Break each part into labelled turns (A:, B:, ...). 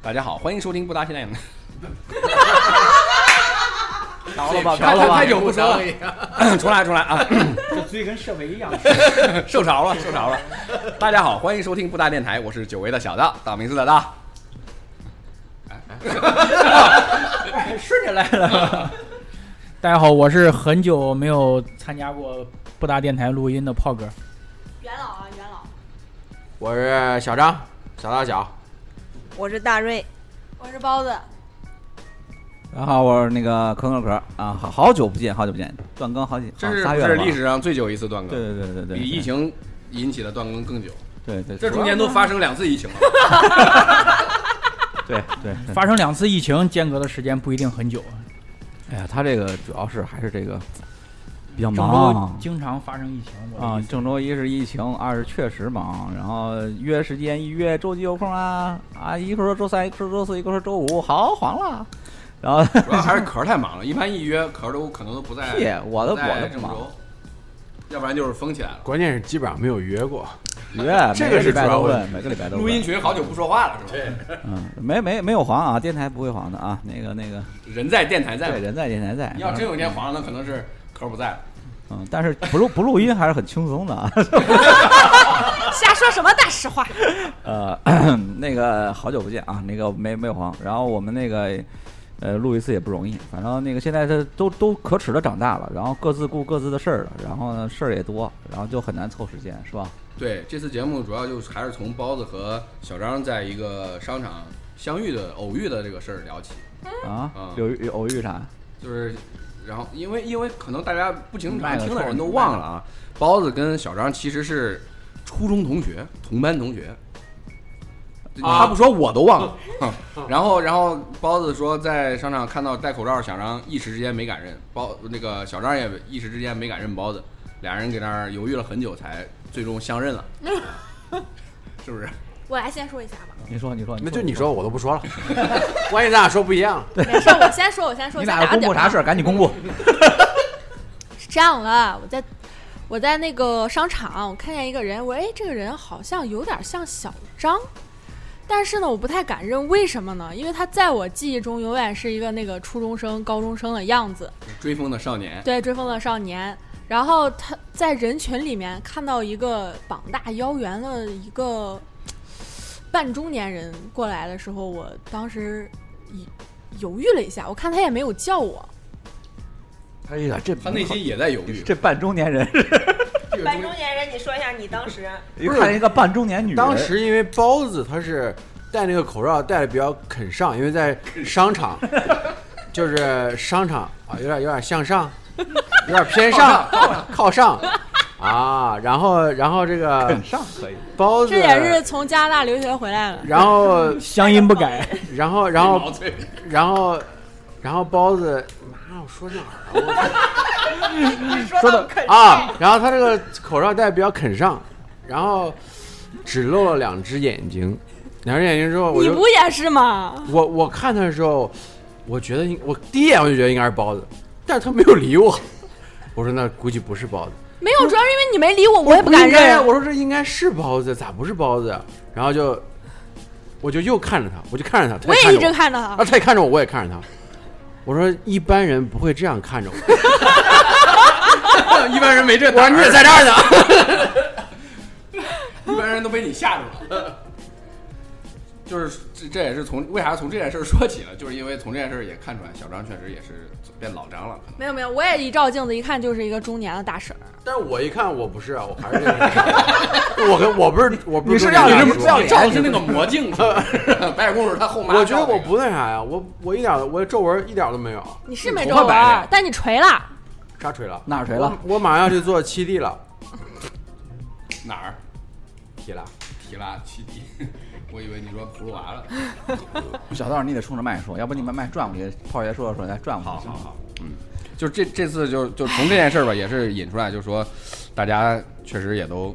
A: 大家好，欢迎收听不搭现在。
B: 着了吧，
A: 太
B: 着了吧，
A: 太久不说 了，重 来重来啊！
C: 这嘴跟设备一样。
A: 受潮了，受潮了。大家好，欢迎收听布大电台，我是久违的小道，道明寺的道。
C: 顺着来了。大家好，我是很久没有参加过不搭电台录音的炮哥。
D: 元老啊，元老，
B: 我是小张，小大小，
E: 我是大瑞，
D: 我是包子，
F: 然后我是那个可可可啊，好好久不见，好久不见，断更好几
A: 这
F: 好
A: 是
F: 啊仨
A: 不
F: 月
A: 是
F: 了吧
A: 历史上最久一次断
F: 对
A: 更？
F: 对对对对，
A: 比疫情引起的断更更久。
F: 对对，
A: 这中间都发生两次疫情了。
F: 对对，对
C: 发生两次疫情，间隔的时间不一定很久，啊
B: 哎呀，他这个主要是还是这个，
F: 比较
C: 郑州
F: 忙
C: 经常发生疫情。我的
F: 啊
C: 意。思
F: 郑州一是疫情，二是确实忙，然后约时间一约周几有空啊啊，一个说周三，一个说周四，一个说周五，好黄了。然后
A: 主要还是壳儿太忙了，一般一约壳儿都可能都不
B: 哎
A: 在。
F: 屁，我都
A: 不在
F: 我都
A: 郑
F: 不忙，
A: 州，要不然就是封起来了。
B: 关键是基本上没有约过。
F: 约
B: 这
F: 每
B: 个是
F: 礼拜
B: 主要
F: 都
B: 问
F: 问，每个礼拜都
A: 录
F: 问
A: 音群好久不说话了，是吧？
F: 嗯，没没没有黄啊，电台不会黄的啊，那个那个，
A: 人在电台
F: 对，
A: 在。
F: 人在电台在
A: 你，要真有一天黄了，那可能是壳儿不在了。
F: 嗯，但是不录不录音还是很轻松的啊。
E: 瞎说什么大实话？
F: 呃， 那个好久不见啊，那个没没有黄，然后我们那个呃录一次也不容易，反正那个现在这都都可耻的长大了，然后各自顾各自的事儿了，然后呢事儿也多，然后就很难凑时间，是吧？
A: 对，这次节目主要就是还是从包子和小张在一个商场相遇的偶遇的这个事儿聊起，
F: 啊
A: 嗯，
F: 有有偶遇啥？
A: 就是，然后因为因为可能大家不经常
C: 卖个
A: 听的
C: 臭
A: 人都
C: 你
A: 忘了啊，包子跟小张其实是初中同学，同班同学。
B: 啊
A: 他不说我都 忘了，哼然后然后包子说在商场看到戴口罩，想让一时之间没敢认包，那个小张也一时之间没敢认包子，俩人给那儿犹豫了很久，才最终相 认了，是不是？
D: 我来先说一下吧。
F: 你说你说，
B: 那就你说，我都不说了。关键咱俩说不一样。
D: 没事，我先说，我先说。
F: 你
D: 先
F: 俩
D: 打个
F: 公布
D: 点儿
F: 啥
D: 啊
F: 事儿？赶紧公布。
D: 是这样了，我在我在那个商场，我看见一个人，我说哎，这个人好像有点像小张，但是呢，我不太敢认，为什么呢？因为他在我记忆中永远是一个那个初中生、高中生的样子。
A: 追风的少年，
D: 对，《追风的少年》，然后他在人群里面看到一个膀大腰圆的一个半中年人过来的时候，我当时一犹豫了一下，我看他也没有叫我，
B: 哎呀，这
A: 他内心也在犹 豫。
F: 这半中年人，
A: 这个
E: 半
A: 中
E: 中年人，你说一下你当 时
F: 一看见一个半中年女人，
B: 当时因为包子他是戴那个口罩戴的比较肯上，因为在商场，就是商场啊，有点有点向上，有点偏上，靠上啊。然后然后这个
F: 很上可以，
B: 包子
D: 这也是从加拿大留学回来的。
B: 然后
C: 乡音不改，
B: 然后然
A: 毛
B: 后
A: 脆
B: 然后然后包子，妈，我说哪儿了？
E: 说到肯
B: 我啊，然后他这个口罩戴得比较肯上，然后只露了两只眼睛，两只眼睛之后，我
D: 你
B: 就
D: 不也是吗？
B: 我我看他的时候，我觉得应我第一眼我就觉得应该是包子，但是他没有理我。我说那估计不是包子，
D: 没有，主要是因为你没理我，我也不敢
B: 应该呀
D: 认。
B: 我说这应该是包子，咋不是包子？啊然后就我就又看着他，我就看着他，他
D: 我
B: 也看
D: 也一
B: 着
D: 直
B: 我，
D: 看到他
B: 啊，，他也看着我，我也看着他。我说一般人不会这样看着我，
A: 一般人没这
B: 我说
A: 胆
B: 你
A: 儿，
B: 也在这儿呢。
A: 一般人都被你吓住了。 就是这，这也是从为啥从这件事儿说起了，就是因为从这件事儿也看出来，小张确实也是变老张了，可能
D: 没有没有，我也一照镜子一看就是一个中年的大婶儿。
B: 但是我一看我不是啊，我还是这个，我跟我不是我不是
F: 你是让
B: 中
F: 人这么
B: 年大叔
F: 不要脸
A: 照的是那个魔镜，是不是 白雪公主她后妈照的那个。
B: 我觉得我不那啥呀，我我一点儿我皱纹一点儿都没有，
D: 你是没
A: 头
D: 皱
A: 发
D: 纹
A: 白
D: 儿
B: 啊
A: 了，
D: 但你垂了。
B: 啥锤了？
F: 哪儿谁了？
B: 我马上要去做七弟了，
A: 哪儿
B: 提了。
A: 提拉七弟，我以为你说葫芦娃了。
F: 小道儿你得冲着麦说，要不你把麦转过去，炮爷说说来转过去。
A: 好好，嗯，就这这次就就从这件事儿吧，也是引出来，就是说，大家确实也都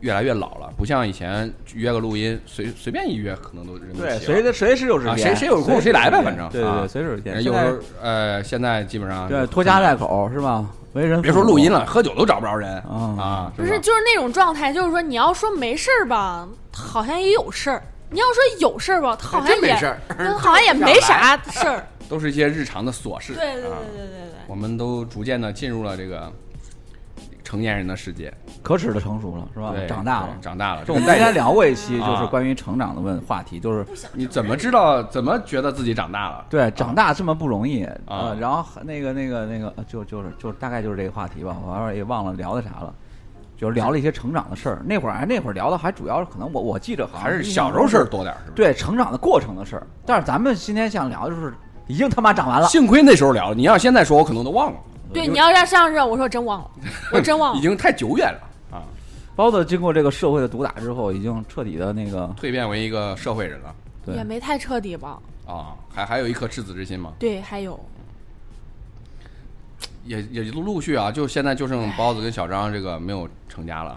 A: 越来越老了，不像以前约个录音，随随便一约可能都人都齐
F: 对，
A: 了
F: 谁的谁是有时
A: 啊
F: 间，
A: 谁谁有空谁来呗，反正
F: 对
A: 啊
F: 对对，随时有时间。
A: 有时
F: 现在
A: 候呃，现在基本上
F: 对拖家带口是吧？为 人
A: 别说录
F: 哦
A: 音，了，喝酒都找不着人
F: 啊
A: 啊，
D: 不是，
A: 吧
D: 就是那种状态，就是说你要说没事儿吧，好像也有事儿，你要说有事儿吧，他好像
B: 真没
D: 也嗯
B: 事儿，
D: 好像也没啥事儿。
A: 都是一些日常的琐事。
D: 对对对对
A: 啊
D: 对对。
A: 我们都逐渐的进入了这个成年人的世界，
F: 可耻的成熟了，是吧
A: 对？
F: 哦长大了
A: 对。长大了。
F: 就
A: 这
F: 我
A: 个
F: 们今
A: 代
F: 天
A: 价，
F: 聊过一期，就
A: 啊
F: 是关于成长的问话题，就是
A: 你怎么知道？怎么觉得自己长大了？
F: 对长大这么不容易
A: 啊
F: 呃然后还那个那个那个，呃就就是就大概就是这个话题吧，我偶尔也忘了聊的啥了。就是聊了一些成长的事儿，那会儿哎那会儿聊的还主要是可能我我记着好像
A: 还是
F: 印象
A: 小时候事儿
F: 中
A: 多点儿，是不是？
F: 啊对成长的过程的事儿。但是咱们今天想聊的就是已经他妈长完了，
A: 幸亏那时候聊，你要现在说，我可能都忘了，
D: 对，你要让上任，我说我真忘了，我真忘
A: 已
D: 了。
A: 经太久远了啊，
F: 包子经过这个社会的毒打之后，已经彻底的那个
A: 蜕变为一个社会人了
F: 对
D: 也没太彻底吧？
A: 啊，还还有一颗赤子之心嘛，
D: 对，还有
A: 也也陆陆续啊，就现在就剩包子跟小张这个没有成家了，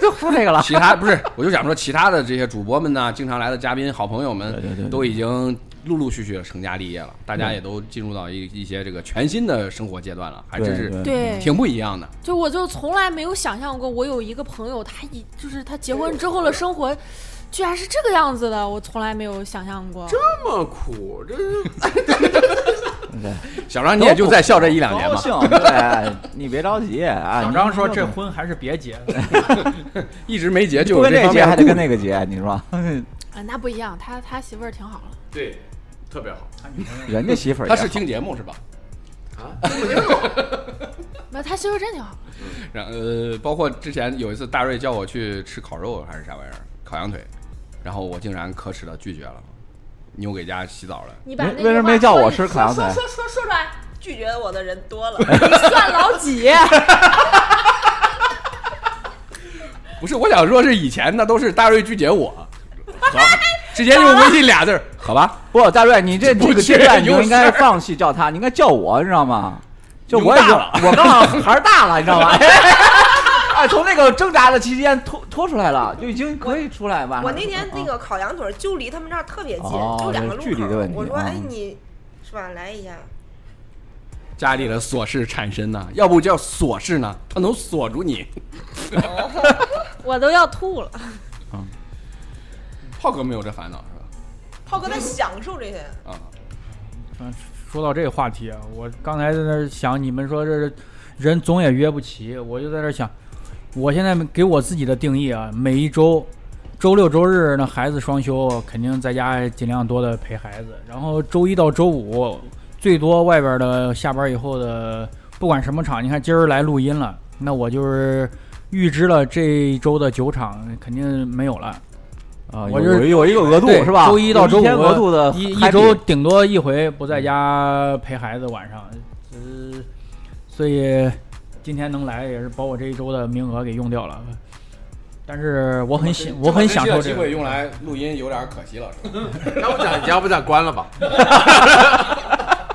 F: 就说这个 了。
A: 其他不是，我就想说，其他的这些主播们呢，经常来的嘉宾、好朋友
F: 对对对
A: 们，
F: 对
A: 都已经陆陆续续地成家立业了，大家也都进入到一一些这个全新的生活阶段了，还真是
D: 对，
A: 挺不一样的。
D: 就我就从来没有想象过，我有一个朋友，他一就是他结婚之后的生活，居然是这个样子的，我从来没有想象过。
B: 这么苦，这
A: 小张，你也就再笑这一两年
F: 高
A: 吧。
F: 兴，啊对，你别着急啊。
C: 小
F: 你
C: 张说这婚还是别结了，
A: 一直没结，就有
F: 不跟
A: 这
F: 这
A: 方
F: 结
A: 面
F: 还
A: 的
F: 得
A: 顾
F: 跟
A: 虑。
F: 那个结，你说
D: 啊，那不一样，他他媳妇儿挺好了，
A: 对，特别好。
C: 他女朋友
F: 人家媳妇儿也
A: 他
F: 好
A: 是听节目是吧？
D: 没有他媳妇儿真挺好。
A: 然呃，包括之前有一次大瑞叫我去吃烤肉还是啥玩意儿，烤羊腿，然后我竟然可耻的拒绝了，妞给家洗澡了。
D: 你把
F: 为
D: 那
F: 为什么没叫我吃烤
E: 说
F: 羊腿
E: 说？说说说出来，拒绝我的人多 了，
D: 算老几？
A: 不是，我想说是以前那都是大瑞拒绝我， 好，直接用微信俩字儿，好吧？
F: 不，大瑞，你这
A: 不
F: 这个
A: 缺
F: 阶段你
A: 有
F: 就应该
A: 事儿
F: 放弃叫他，你应该叫我，你知道吗？就我已
A: 你
F: 经，
A: 大了
F: 我刚好孩儿大了，你知道吗？ 哎，从那个挣扎的期间脱脱出来了，就已经可以出来吧。
E: 我那天那个烤羊腿儿就离他们这儿特别近，
F: 哦
E: 就两个
F: 这
E: 路
F: 是距离
E: 口
F: 的问
E: 儿。
F: 题
E: 我说，
F: 嗯
E: 哎，你是吧？来一下，
A: 家里的琐事缠身呢，要不叫琐事呢，它能锁住你。
D: 我都要吐了。
A: 炮哥没有这烦恼是
E: 涛哥在享受这些，
A: 吧？啊，
C: 说到这个话题啊，我刚才在那儿想，你们说这是人总也约不齐，我就在这儿想，我现在给我自己的定义啊，每一周，周六周日那孩子双休，肯定在家尽量多的陪孩子，然后周一到周五最多外边的下班以后的，不管什么场，你看今儿来录音了，那我就是预知了这一周的酒场肯定没有了。
F: 啊，
C: 我
F: 有
C: 就是
F: 有有一个额度
C: 对
F: 是吧？
C: 周一到周五
F: 有天额度的
C: 一一
F: happy
C: 周顶多一回不在家陪孩子晚上，呃，所以今天能来也是把我这一周的名额给用掉了。但是我很享，我很享受这
A: 机
C: 个
A: 会。用来录音有点可惜了，是吧？
B: 要不咱要不咱关了吧？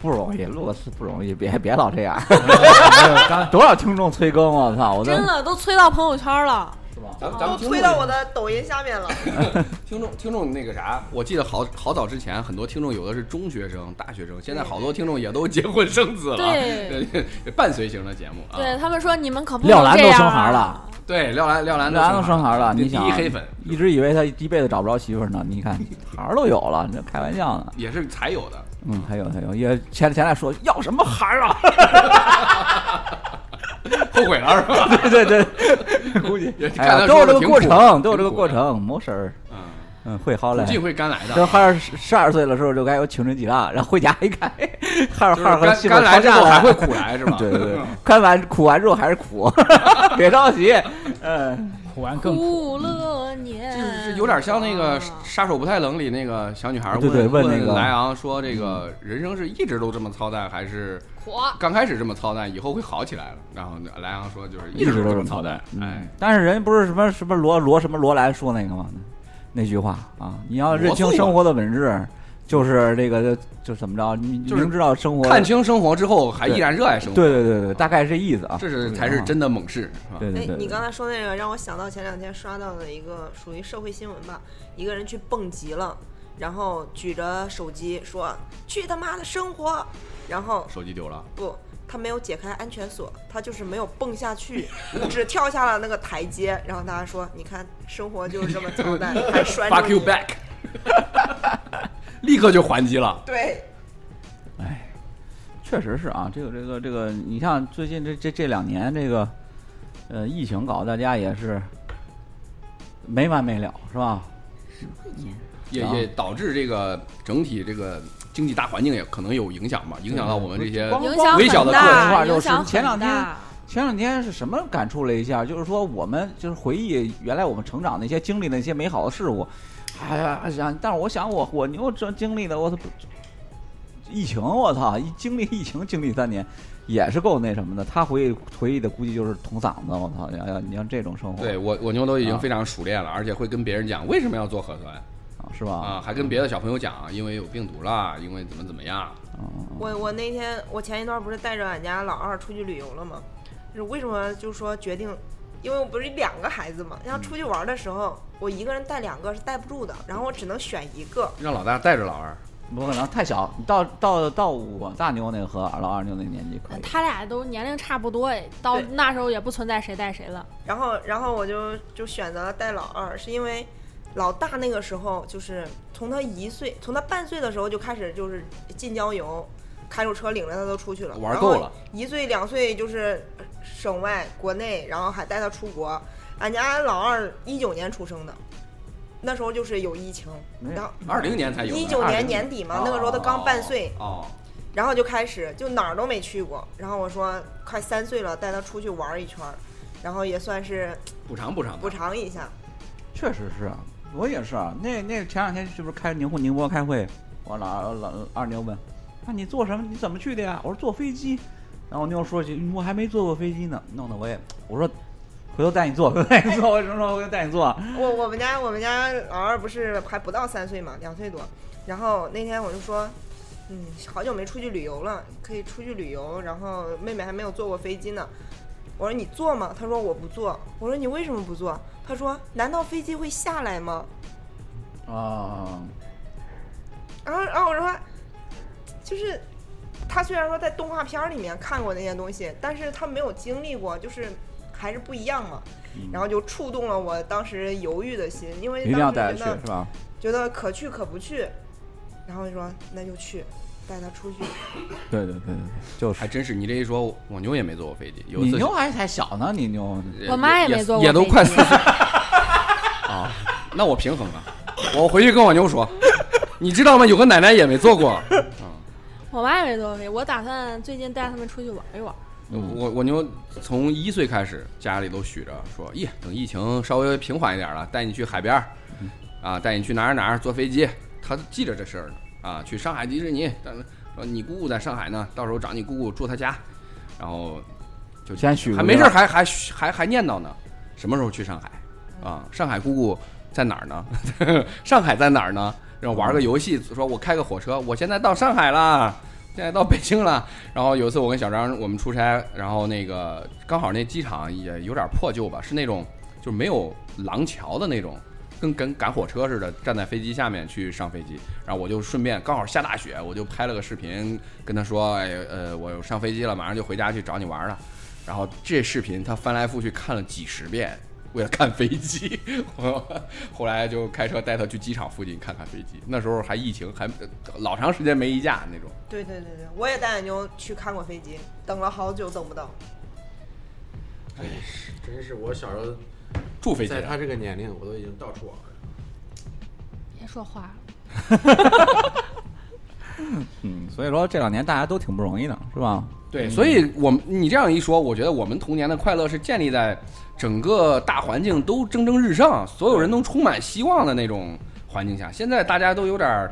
F: 不容易，录个是不容易，别别老这样。
C: 没有刚
F: 多少听众催更，我操！我都
D: 真的都催到朋友圈了。
A: 咱们咱
E: 都
A: 们
E: 哦推到我的抖音下面了。
A: 听众听众那个啥，我记得好好早之前，很多听众有的是中学生、大学生，现在好多听众也都结婚生子了，
D: 对
A: 对，伴随型的节目啊，
D: 对他们说你们可不能
F: 廖兰
D: 这
F: 都
D: 样
F: 生孩
D: 啊
F: 儿了，
A: 对，廖兰廖兰
F: 然后生孩儿了，
A: 对
F: 你
C: 啊
F: 想啊
A: 第一黑粉
F: 一直以为他一辈子找不着媳妇儿呢，你看孩儿都有了，你这开玩笑呢？
A: 也是才有的，
F: 嗯，还有还有，也前前俩说要什么孩儿啊？
A: 后悔了是吧？
F: 对对对，估计
A: 也
F: 哎
A: 看
F: 呀，
A: 他
F: 都有
A: 说
F: 这
A: 的
F: 个
A: 挺
F: 过
A: 苦
F: 程，都有这个
A: 挺苦
F: 过
A: 的
F: 程，没事儿，
A: 嗯，
F: 嗯，会好
A: 估
F: 嘞
A: 计。会甘来的。
F: 这孩儿十二岁的时候就该有青春期了，然后回家一看， 孩儿
A: 就
F: 孩
A: 是
F: 儿和
A: 甘
F: 媳妇儿
A: 甘来
F: 吵
A: 之
F: 架
A: 后
F: 了，
A: 还会苦来是吧
F: ？对对对，看完苦完之后还是苦， 别着 急，嗯，
C: 苦完更苦，
D: 苦乐年，
A: 就是是有点像那个《
D: 啊
A: 杀手不太冷》里那个小女孩
F: 对对
A: 问
F: 问那个
A: 莱昂说：“这个人生是一直都这么操蛋，还是
D: 苦。
A: 刚开始这么操蛋，以后会好起来了？”然后莱昂说：“就是
F: 一直
A: 都
F: 都
A: 这
F: 这
A: 么
F: 么
A: 操
F: 操
A: 蛋
F: 蛋。”
A: 哎，
F: 嗯但是人不是什么什么罗罗什么罗兰说那个吗？那句话啊，你要认清
A: 罗素嘛
F: 生活的本质，就是这个就怎么着，你你
A: 就是
F: 明知道生活，
A: 看清生活之后，还依然热爱生活，
F: 对对对对，大概是这意思啊，
A: 这是才是真的猛士，是吧？
F: 对。对
E: 哎
F: 对，，
E: 你刚才说那个让我想到前两天刷到的一个属于社会新闻吧，一个人去蹦极了，然后举着手机说去他妈的生活，然后
A: 手机丢了，
E: 不，他没有解开安全锁，他就是没有蹦下去， 只跳下了那个台阶。然后大家说：“你看，生活就是这么操蛋，还拴着
A: Fuck you
E: 你。
A: back，立刻就还击了”。
E: 对，
F: 确实是啊，这个这个这个，你像最近这这这两年这个，呃，疫情搞得大家也是没完没了，是吧？
A: 也
F: 啊
A: 也导致这个整体这个经济大环境也可能有影响吧，影响到我们这些
F: 对
D: 哦影响
A: 微小的
D: 很
A: 个人
F: 化
D: 大，
F: 就是
D: 影响
F: 前两
D: 很大。
F: 前两天是什么感触了一下？就是说我们就是回忆原来我们成长的一些经历的一些美好的事物，哎呀，哎呀但是我想我我牛这经历的我操，疫情我操，一经历疫情经历三年，也是够那什么的。他回忆回忆的估计就是捅嗓子，我操！要要你像这种生活，
A: 对我我牛都已
F: 啊
A: 经非常熟练了，而且会跟别人讲为什么要做核酸
F: 啊，是吧？
A: 啊，还跟别的小朋友讲，因为有病毒啦，因为怎么怎么样。
E: 我我那天我前一段不是带着俺家老二出去旅游了吗？就是为什么就说决定，因为我不是两个孩子嘛，然后出去玩的时候，我一个人带两个是带不住的，然后我只能选一个。
A: 让老大带着老二，
F: 不可能太小，到到到我大妞那个和老二妞那个年纪可以。
D: 他俩都年龄差不多，到
E: 对
D: 那时候也不存在谁带谁了。
E: 然后，然后我就就选择了带老二，是因为老大那个时候就是从他一岁，从他半岁的时候就开始就是近郊游，开着车领着他都出去了，
A: 玩够了。
E: 一岁两岁就是省外、国内，然后还带他出国。俺家老二一九年出生的，那时候就是有疫情，
F: 没
E: 然后
A: 二零哦年哎才有的。
E: 一九
A: 20
E: 年年底嘛，那个时候他刚半岁，
A: 哦，
E: 然后就开始就哪儿都没去过。然后我说快三岁了，带他出去玩一圈儿，然后也算是
A: 补偿补偿
E: 补。偿一下。
F: 确实是啊，我也是啊。那那前两天是不是开宁沪宁波开会？我老老二妞问，那、你坐什么？你怎么去的呀？我说坐飞机。然后我妞说一句，嗯我还没坐过飞机呢，弄得我也，我说回头带你坐，回头带你坐，我什么时候回头带你坐？
E: 我我们家我们家老二不是还不到三岁嘛，两岁多。然后那天我就说，嗯，好久没出去旅游了，可以出去旅游。然后妹妹还没有坐过飞机呢。我说你坐吗？她说我不坐。我说你为什么不坐？她说难道飞机会下来吗？
F: 啊，
E: 然后然后我说，就是他虽然说在动画片儿里面看过那些东西，但是他没有经历过，就是还是不一样嘛。然后就触动了我当时犹豫的心，因为
F: 嗯一定要
E: 当时
F: 带
E: 觉
F: 他去
E: 得
F: 是吧？
E: 觉得可去可不去，然后就说那就去，带他出去。
F: 对对对对，就是
A: 还。真是，你这一说，我妞也没坐过飞机。有一
F: 你
A: 次
F: 妞还才小呢，你妞
A: 也，
D: 我妈也没坐过
A: 也都
D: 飞
A: 快
D: 机
A: 四岁。啊，那我平衡了。我回去跟我妞说，你知道吗？有个奶奶也没坐过。
D: 我妈也没多飞，我打算最近带他们出去玩一玩。
A: 我我妞从一岁开始，家里都许着说，耶，等疫情稍微平缓一点了，带你去海边儿，啊，带你去哪儿哪儿坐飞机，她都记着这事儿呢，啊，去上海迪士尼，但是呃你姑姑在上海呢，到时候找你姑姑住她家，然后就
F: 先许个
A: 还没事儿
F: 愿
A: 还还还还念叨呢，什么时候去上海？啊，上海姑姑在哪儿呢？ 上海在哪儿呢？然后玩个游戏，说我开个火车，我现在到上海啦，现在到北京了。然后有一次我跟小张我们出差，然后那个刚好那机场也有点破旧吧，是那种就是没有廊桥的那种，跟跟赶火车似的，站在飞机下面去上飞机。然后我就顺便刚好下大雪，我就拍了个视频跟他说，哎呃，我上飞机了，马上就回家去找你玩了。然后这视频他翻来覆去看了几十遍，为了看飞机。 我后来就开车带他去机场附近看看飞机。那时候还疫情，还呃老长时间没一架那种。
E: 对对对对，我也带俺妞去看过飞机，等了好久等不到。
B: 真是我小时候
A: 住飞机
B: 在
A: 啊
B: 他这个年龄，我都已经到处玩了。
D: 别说话了，
F: 嗯，所以说这两年大家都挺不容易的，是吧？
B: 嗯
A: 对，所以我们你这样一说，我觉得我们童年的快乐是建立在整个大环境都蒸蒸日上，所有人都充满希望的那种环境下。现在大家都有点儿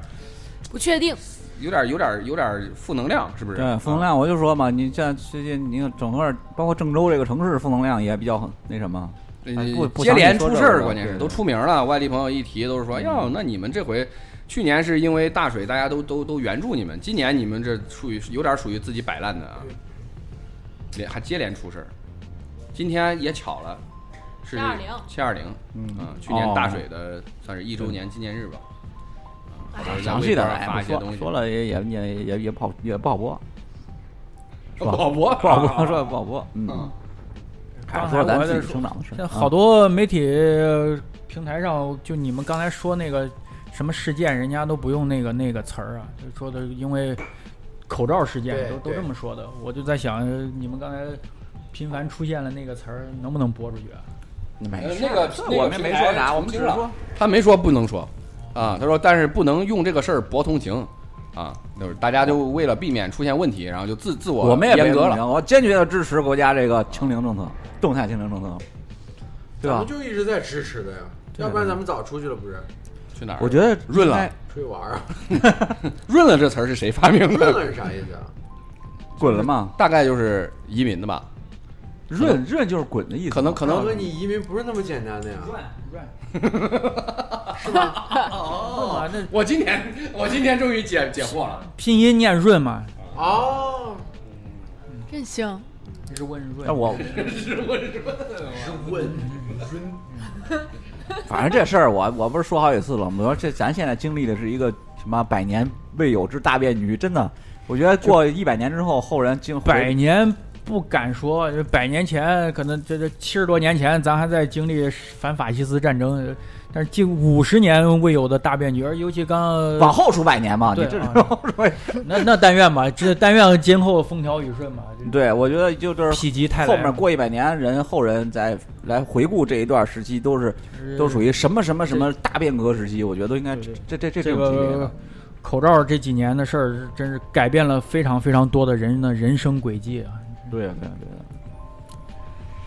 D: 不确定。
A: 有点儿有点儿有点儿负能量，是不是？
F: 对，负能量我就说嘛，你像最近你看整个包括郑州这个城市，负能量也比较那什么。
A: 呃
F: 哎不不
A: 接
F: 想
A: 连
F: 你说
A: 出
F: 这
A: 事
F: 个
A: 儿，
F: 了
A: 关键是
F: 对嗯
A: 都出名了。外地朋友一提都是说，哟，那你们这回去年是因为大水，大家都都都援助你们，今年你们这属于有点属于自己摆烂的啊，连还接连出事儿。今天也巧了，是
D: 720
A: 七二零，嗯，去
F: 哦
A: 年大水的算是一周年纪念日吧。啊到
D: 哎
A: 时候在
F: 详细的
A: 微博上
F: 哎
A: 发一
F: 不
A: 些东西，
F: 说
A: 啊
F: 说了也也也也也也不好也不好播，不
A: 不
F: 好
A: 好播，
F: 不好播，说不好播，
A: 嗯
F: 嗯，还
C: 刚
F: 是
C: 才
F: 说咱
C: 我还
F: 自
C: 在
F: 己
C: 说
F: 成长的事儿。
C: 现在
F: 嗯
C: 好多媒体呃平台上，就你们刚才说那个什么事件，人家都不用那个那个词儿啊，就说的因为口罩事件
B: 对
C: 都都
B: 对
C: 这么说的。我就在想，呃你们刚才频繁出现了那个词儿，能不能播出去啊？
F: 没
A: 呃
F: 事
A: 那
F: 儿
A: 个
F: 这
A: 那个
F: 我们没
A: 平台
F: 说啥，我们
A: 重
F: 只
A: 新
F: 是
A: 了
F: 说
A: 他没说不能说，啊，他说但是不能用这个事儿博通情，啊，就是大家就为了避免出现问题，然后就自自我
F: 我们也
A: 严
F: 没
A: 格了，
F: 了，我坚决的支持国家这个清零政策，动态清零政策，对
B: 咱
F: 吧
B: 们？就一直在支持的呀，
F: 对
B: 要不然咱们早出去了，不是？
A: 去哪儿？
F: 我觉得
A: 润了
F: 应该
B: 出去玩儿啊？
A: 润了这词儿是谁发明
B: 润
A: 的？
B: 了是啥意思啊？
F: 滚了嘛，
A: 大概就是移民的吧，
F: 润润就是滚的意思，
A: 可能可
B: 大
A: 能
B: 哥，你移民不是那么简单的呀。
C: 软
A: 哦
C: 那
A: 我今天我今天终于解解惑了，
C: 拼音念润嘛，
B: 哦，
D: 任性，
C: 是问 润。
F: 但我
B: 是问
F: 反正这事儿我我不是说好几次了吗，我说这咱现在经历的是一个什么百年未有之大变局，真的，我觉得过一百年之后，后人经
C: 百年不敢说，就百年前可能这这七十多年前，咱还在经历反法西斯战争，但是近五十年未有的大变局，而尤其刚
F: 往后数百年嘛，你
C: 对
F: 这是
C: 啊
F: 往后数百年
C: 那那但愿吧，这但愿今后风调雨顺吧。这
F: 对，我觉得就就是
C: 否极泰来
F: 后面过一百年，人后人再来回顾这一段时期，都是都属
C: 于
F: 于什么什么什么大变革时期，我觉得都应该
C: 对
F: 这这这
C: 这
F: 种级别
C: 个
F: 的。
C: 口罩这几年的事儿，真是改变了非常非常多的人的人生轨迹啊。
F: 对对对，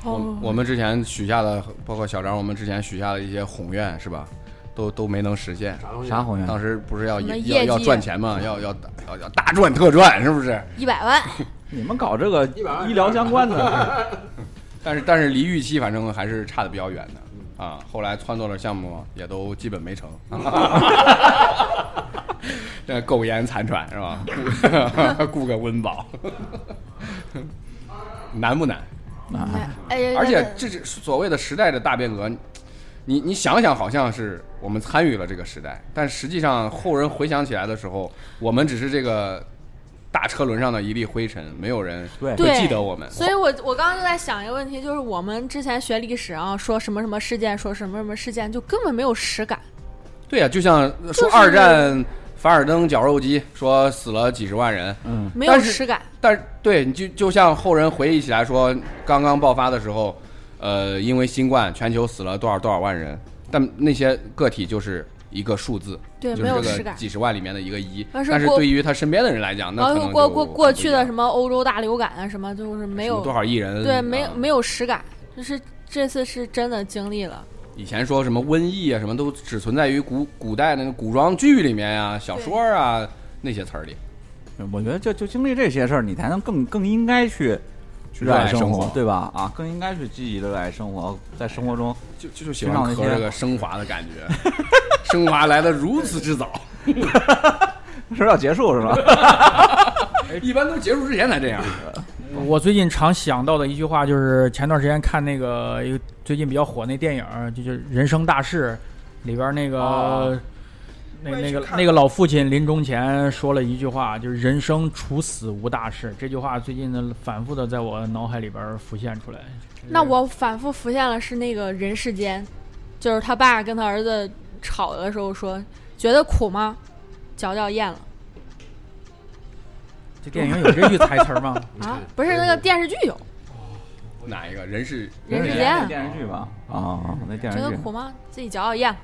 A: 我
D: 哦，
A: 我们之前许下的，包括小张，我们之前许下的一些宏愿是吧，都都没能实现。
B: 啥东西？
F: 啥宏愿？
A: 当时不是要
D: 什么
A: 要
D: 业绩啊
A: 要赚钱嘛，要要要要大赚特赚，是不是？
D: 一百万，
F: 你们搞这个
B: 100万
F: 医疗相关的，
A: 但是但是离预期反正还是差的比较远的啊。后来创作的项目也都基本没成， 这苟延残喘是吧？ 顾顾个温饱，难不难？
D: 哎呀，
A: 而且
D: 那
A: 这是所谓的时代的大变革，你你想想，好像是我们参与了这个时代，但实际上后人回想起来的时候，我们只是这个大车轮上的一粒灰尘，没有人
F: 对
A: 会
D: 对
A: 记得我们。
D: 所以我我刚刚就在想一个问题，就是我们之前学历史啊，说什么什么事件，说什么什么事件，就根本没有实感。
A: 对呀、就像说
D: 就是
A: 二战凡尔登绞肉机，说死了几十万人，
F: 嗯，
D: 没有
A: 但是
D: 实感，
A: 但是对，你就就像后人回忆起来说，刚刚爆发的时候，呃，因为新冠，全球死了多少多少万人，但那些个体就是一个数字，
D: 对
A: 就是
D: 没有
A: 这
D: 实
A: 个
D: 感
A: 几十万里面的一个一。但
D: 但是
A: 是
D: 过
A: 对于他身边的人来讲，那
D: 然
A: 可
D: 后
A: 能就
D: 又过过过去的
A: 很
D: 什么欧洲大流感啊，什么就是
A: 不一
D: 没
A: 样
D: 有
A: 多少亿人，
D: 对，没有、
A: 啊
D: 没有实感，就是这次是真的经历了。
A: 以前说什么瘟疫啊，什么都只存在于古古代那个古装剧里面呀、小说啊那些词儿里。
F: 我觉得就就经历这些事儿，你才能更更应该去
A: 去热
F: 热
A: 爱
F: 爱
A: 生
F: 生活
A: 活，
F: 对吧？啊，更应该去积极地热爱生活，在生活中，
A: 就就就喜
F: 寻找
A: 欢
F: 那
A: 喝
F: 些
A: 这个升华的感觉， 升华来的如此之早，
F: 事儿要结束是吧？哎
A: 一般都结束之前才这样。
C: 我最近常想到的一句话就是，前段时间看那个一个最近比较火那电影儿，就就是《人生大事》里边儿那个、
F: 啊
A: 哦
C: 那
E: 我也
C: 那
E: 去
C: 个
E: 看
C: 那个老父亲临终前说了一句话，就是“人生处死无大事”。这句话最近呢反复的在我脑海里边儿浮现出来。
D: 那
A: 嗯
D: 我反复浮现了是那个人世间，就是他爸跟他儿子吵的时候说，觉得苦吗？嚼嚼咽了
C: 这电影有这句台词儿吗？
A: 嗯
B: 你
D: 啊
B: 看，
D: 不是那个电视剧有，
A: 哪一个人是
D: 人世
F: 那
D: 间嗯
F: 电视剧吧？啊，那电
D: 觉
F: 视
D: 得
F: 剧。
D: 苦吗？自己嚼嚼咽了。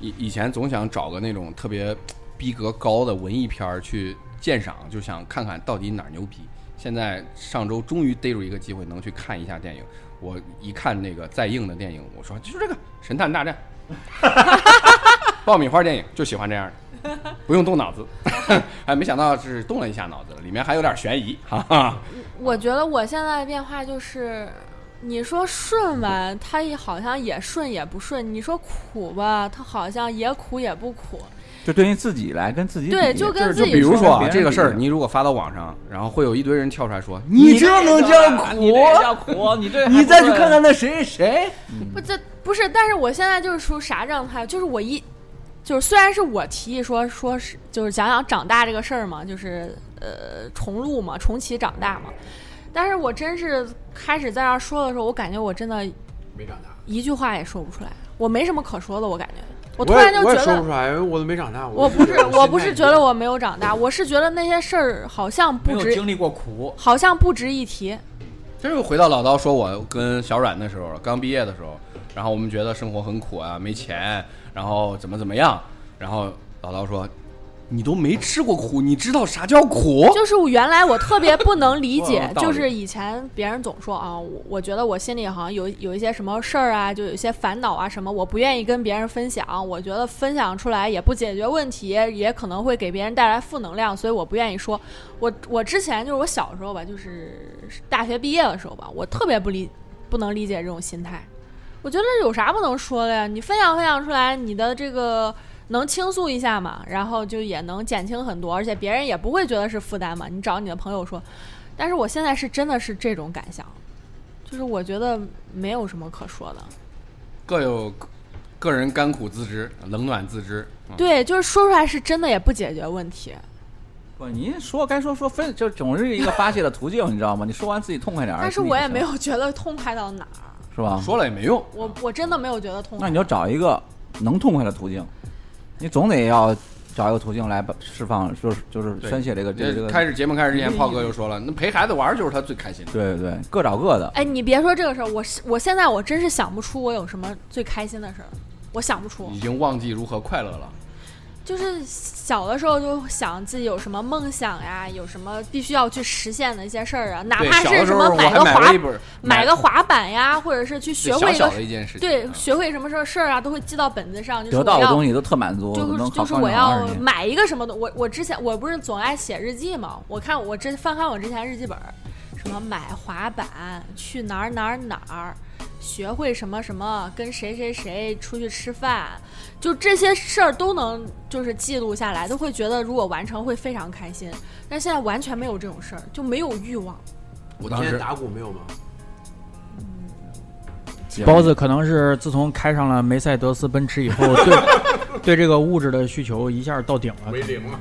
A: 以以前总想找个那种特别逼格高的文艺片儿去鉴赏，就想看看到底哪儿牛逼。现在上周终于逮住一个机会，能去看一下电影。我一看那个再硬的电影，我说就是这个《神探大战》，爆米花电影就喜欢这样的，不用动脑子。 哎，没想到是动了一下脑子，里面还有点悬疑，哈哈。
D: 我觉得我现在的变化就是，你说顺吧，它也好像也顺也不顺；你说苦吧，它好像也苦也不苦。
F: 就对于自己来跟自己
D: 对
F: 比
D: 就跟
A: 就是
D: 自
A: 就
D: 己
A: 比如
D: 说
A: 说啊
F: 别人
A: 这个
F: 比
A: 事儿，
F: 的
A: 你如果发到网上，然后会有一堆人跳出来说
F: 你
A: 这
F: 这能叫苦？你这叫苦？你这你再去看看那谁谁谁？
B: 嗯
D: 不，这不是，但是我现在就是出啥状态，就是我一。就是虽然是我提议说说是就是讲讲长大这个事儿嘛，就是呃重录嘛，重启长大嘛，但是我真是开始在这儿说的时候，我感觉我真的
B: 没长大。
D: 一句话也说不出来，我没什么可说的，我感觉，
B: 我
D: 突然
B: 也
D: 就
B: 我
D: 觉
B: 也说
D: 得
B: 不。出来，因为我都没长大。
D: 我不是， 我不是觉得
B: 我
D: 我没有长大，我是觉得那些事儿好像
C: 没
D: 不
C: 有
D: 值，
C: 经历过苦，
D: 好像不值一提。
A: 这又回到老刀说我跟小阮的时候了，刚毕业的时候，然后我们觉得生活很苦啊，没钱，然后怎么怎么样，然后老刀说，你都没吃过苦，你知道啥叫苦？
D: 就是我原来我特别不能理
A: 哇
D: 解
A: 哦有，道理
D: 就是以前别人总说啊，我我觉得我心里好像有有一些什么事儿啊，就有一些烦恼啊什么，我不愿意跟别人分享，我觉得分享出来也不解决问题，也可能会给别人带来负能量，所以我不愿意说。我我之前就是我小时候吧，就是大学毕业的时候吧，我特别不理不能理解这种心态。我觉得有啥不能说的呀？你分享分享出来，你的这个能倾诉一下嘛，然后就也能减轻很多，而且别人也不会觉得是负担嘛。你找你的朋友说，但是我现在是真的是这种感想，就是我觉得没有什么可说的。
A: 嗯各有个人甘苦自知，冷暖自知。嗯、
D: 对，就是说出来是真的也不解决问题。
F: 不，你一说该说说分，就总是一个发泄的途径，你知道吗？你说完自己痛快点儿。
D: 但是
F: 心里
D: 我
F: 就
D: 也
F: 行
D: 没，有觉得痛快到哪儿，
F: 是吧？
A: 说了也没用。
D: 我我真的没有觉得痛
F: 那
D: 快
F: 你。就找一个能痛快的途径，你总得要找一个途径来把释放，就是就是
A: 对
F: 宣泄这个这
A: 这
F: 个。
A: 开始节目开始之前，炮哥就说了，那陪孩子玩儿就是他最开心的。
F: 对对对，各找各的。
D: 哎，你别说这个事儿，我是我现在我真是想不出我有什么最开心的事儿，我想不出。
A: 已经忘记如何快乐了。
D: 就是小的时候就想自己有什么梦想呀，有什么必须要去实现的一些事儿啊，哪
A: 对，
D: 怕
A: 小的时
D: 是什
A: 候
D: 么
A: 我
D: 买
A: 还
D: 个
A: 买
D: 滑
A: 了一本，
D: 买个滑板呀，或者是去学
A: 对小
D: 会一个
A: 小的一件事情。
D: 对
A: 嗯
D: 学会什么事儿事儿啊，都会记到本子上，就是
F: 得
D: 我
F: 到的
D: 要
F: 东西都特满足，
D: 就
F: 能
D: 是
F: 好
D: 就是
F: 好
D: 我
F: 养二
D: 要
F: 十年
D: 买一个什么的，我我之前我不是总爱写日记嘛，我看我之翻看我之前日记本儿，什么买滑板，去哪儿哪儿哪儿，学会什么什么，跟谁谁谁出去吃饭，就这些事儿都能就是记录下来，都会觉得如果完成会非常开心。但现在完全没有这种事儿，就没有欲望。
A: 我
B: 当
A: 当
B: 时
A: 时
B: 打鼓没有吗？
C: 包子可能是自从开上了梅赛德斯奔驰以后， 对对这个物质的需求一下到顶了。
B: 零了。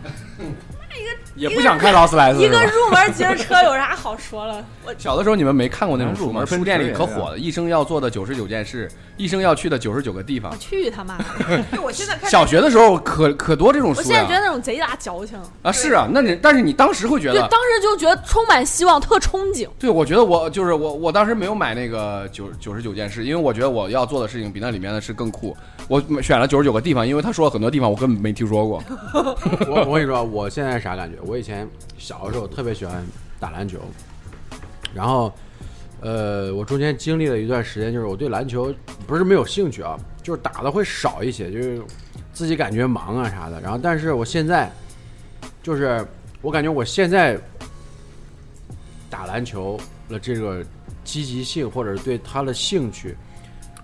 A: 也不想看劳斯莱斯。
D: 一个
A: 是吧
D: 入门级的车有啥好说了？ 我
A: 小的时候你们没看过那种
F: 入
A: 书
F: 门
A: 吗？
F: 分
A: 书店
F: 支
A: 里
F: 也
A: 可
F: 是啊
A: 火了，一生要做的九十九件事，一生要去的九十九个地方
D: 我。去他妈的！
E: 对我现在看
A: 小学的时候可可多这种
D: 我
A: 书
D: 现在觉得
A: 呀。
D: 那种贼拉矫情。
A: 啊，是啊，那你但是你当时会觉
D: 对
A: 得，，
D: 当时就觉得充满希望，特憧憬。
A: 对，我觉得我就是我，我当时没有买那个九九十九件事，因为我觉得我要做的事情比那里面的事更酷。我选了九十九个地方，因为他说了很多地方我根本没听说过。
B: 我我跟你说，我现在是啥感觉？我以前小的时候特别喜欢打篮球，然后，呃，我中间经历了一段时间，就是我对篮球不是没有兴趣啊，就是打的会少一些，就是自己感觉忙啊啥的。然后，但是我现在，就是我感觉我现在打篮球的这个积极性，或者是对它的兴趣，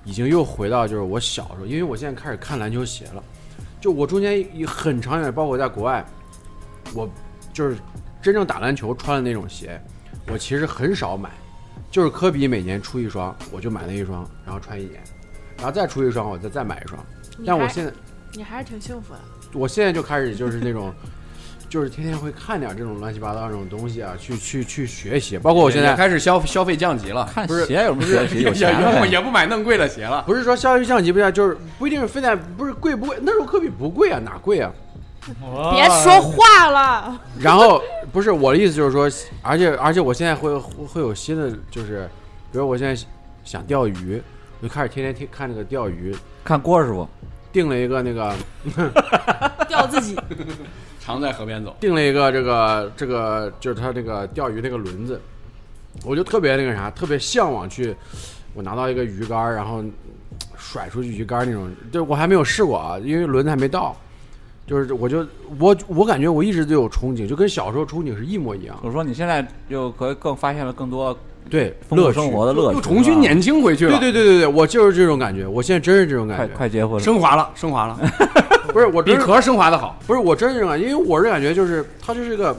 B: 已经又回到就是我小时候，因为我现在开始看篮球鞋了。就我中间也很长远，包括我在国外，我就是真正打篮球穿的那种鞋，我其实很少买，就是科比每年出一双，我就买那一双，然后穿一年，然后再出一双，我再再买一双。
D: 你
B: 但我
D: 还
B: 现在
D: 你还是挺幸福的。
B: 我现在就开始就是那种，就是天天会看点这种乱七八糟这种东西啊，去去去学习。包括我现
A: 也
B: 在
A: 开始消消费降级了，
F: 看
B: 不是
F: 鞋有什么 学习？有
A: 也
F: 钱
A: 也
F: 呗。
A: 也不买那么贵的鞋了。
B: 不是说消费降级不降，就是不一定是非得不是贵不贵，那时候科比不贵啊，哪贵啊？
D: 别说话了，
B: 然后不是我的意思就是说，而且而且我现在会会会有新的，就是比如我现在想钓鱼，我就开始天天听看那个钓鱼，
F: 看郭师傅，
B: 定了一个那个
D: 吊自己。
A: 常在河边走，
B: 定了一个这个这个就是他这个钓鱼那个轮子，我就特别那个啥，特别向往去，我拿到一个鱼竿儿，然后甩出去鱼竿儿那种，就我还没有试过啊，因为轮子还没到。就是我就我我感觉我一直都有憧憬，就跟小时候憧憬是一模一样。
F: 我说你现在就可更发现了更多
B: 对，
F: 丰
B: 乐
F: 富
B: 趣
F: 生活的乐趣，
A: 又重新年轻回去了，
B: 对对对对对，我就是这种感觉，我现在真是这种
F: 是吧，
B: 感
F: 快快
B: 觉。
F: 结婚了。
A: 升华了，升 华了，
B: 不是我
A: 比
B: 真是
A: 壳升华的好。
B: 不是我真是这种感觉，因为我是感觉就是他就是个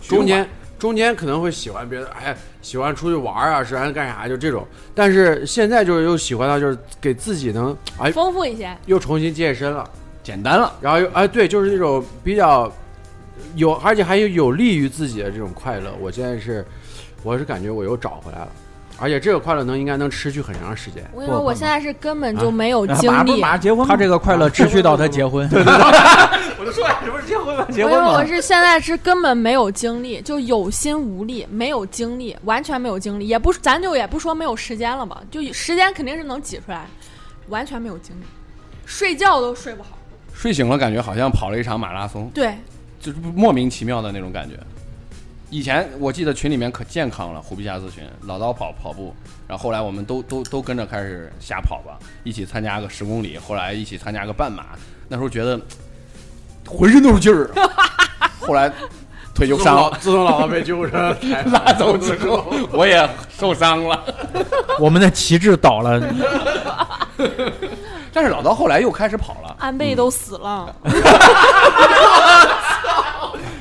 A: 循环
B: 中间中间可能会喜欢别的，哎，喜欢出去玩啊，喜欢干啥就这种，但是现在就是又喜欢到就是给自己能哎
D: 丰富一些。
B: 又重新健身了，
A: 简单了，
B: 然后又哎，对，就是那种比较有，而且还有有利于自己的这种快乐。我现在是，我是感觉我又找回来了，而且这个快乐能应该能持续很长时间。
D: 我跟你说，我现在是根本就没有
C: 啊
F: 然后
D: 精
F: 马上不是
D: 力。
F: 马上结婚吗？
C: 他这个快乐持续到他结 婚，
D: 我跟你说，我是现在是根本没有精力，就有心无力，没有精力，完全没有精力，也不咱就也不说没有时间了吧，就时间肯定是能挤出来，完全没有精力，睡觉都睡不好。
A: 睡醒了感觉好像跑了一场马拉松，
D: 对，
A: 就是莫名其妙的那种感觉。以前我记得群里面可健康了，虎皮侠咨询，老刀跑跑步，然后后来我们都都都跟着开始瞎跑吧，一起参加个十公里，后来一起参加个半马，那时候觉得浑身都是劲儿，啊后来腿就
B: 自从
A: 伤
B: 老
A: 了，
B: 自从老婆被救上来
A: 拉走之后我也受伤了。
C: 我们的旗帜倒了，
A: 但是老刀后来又开始跑了，
D: 安倍都死了，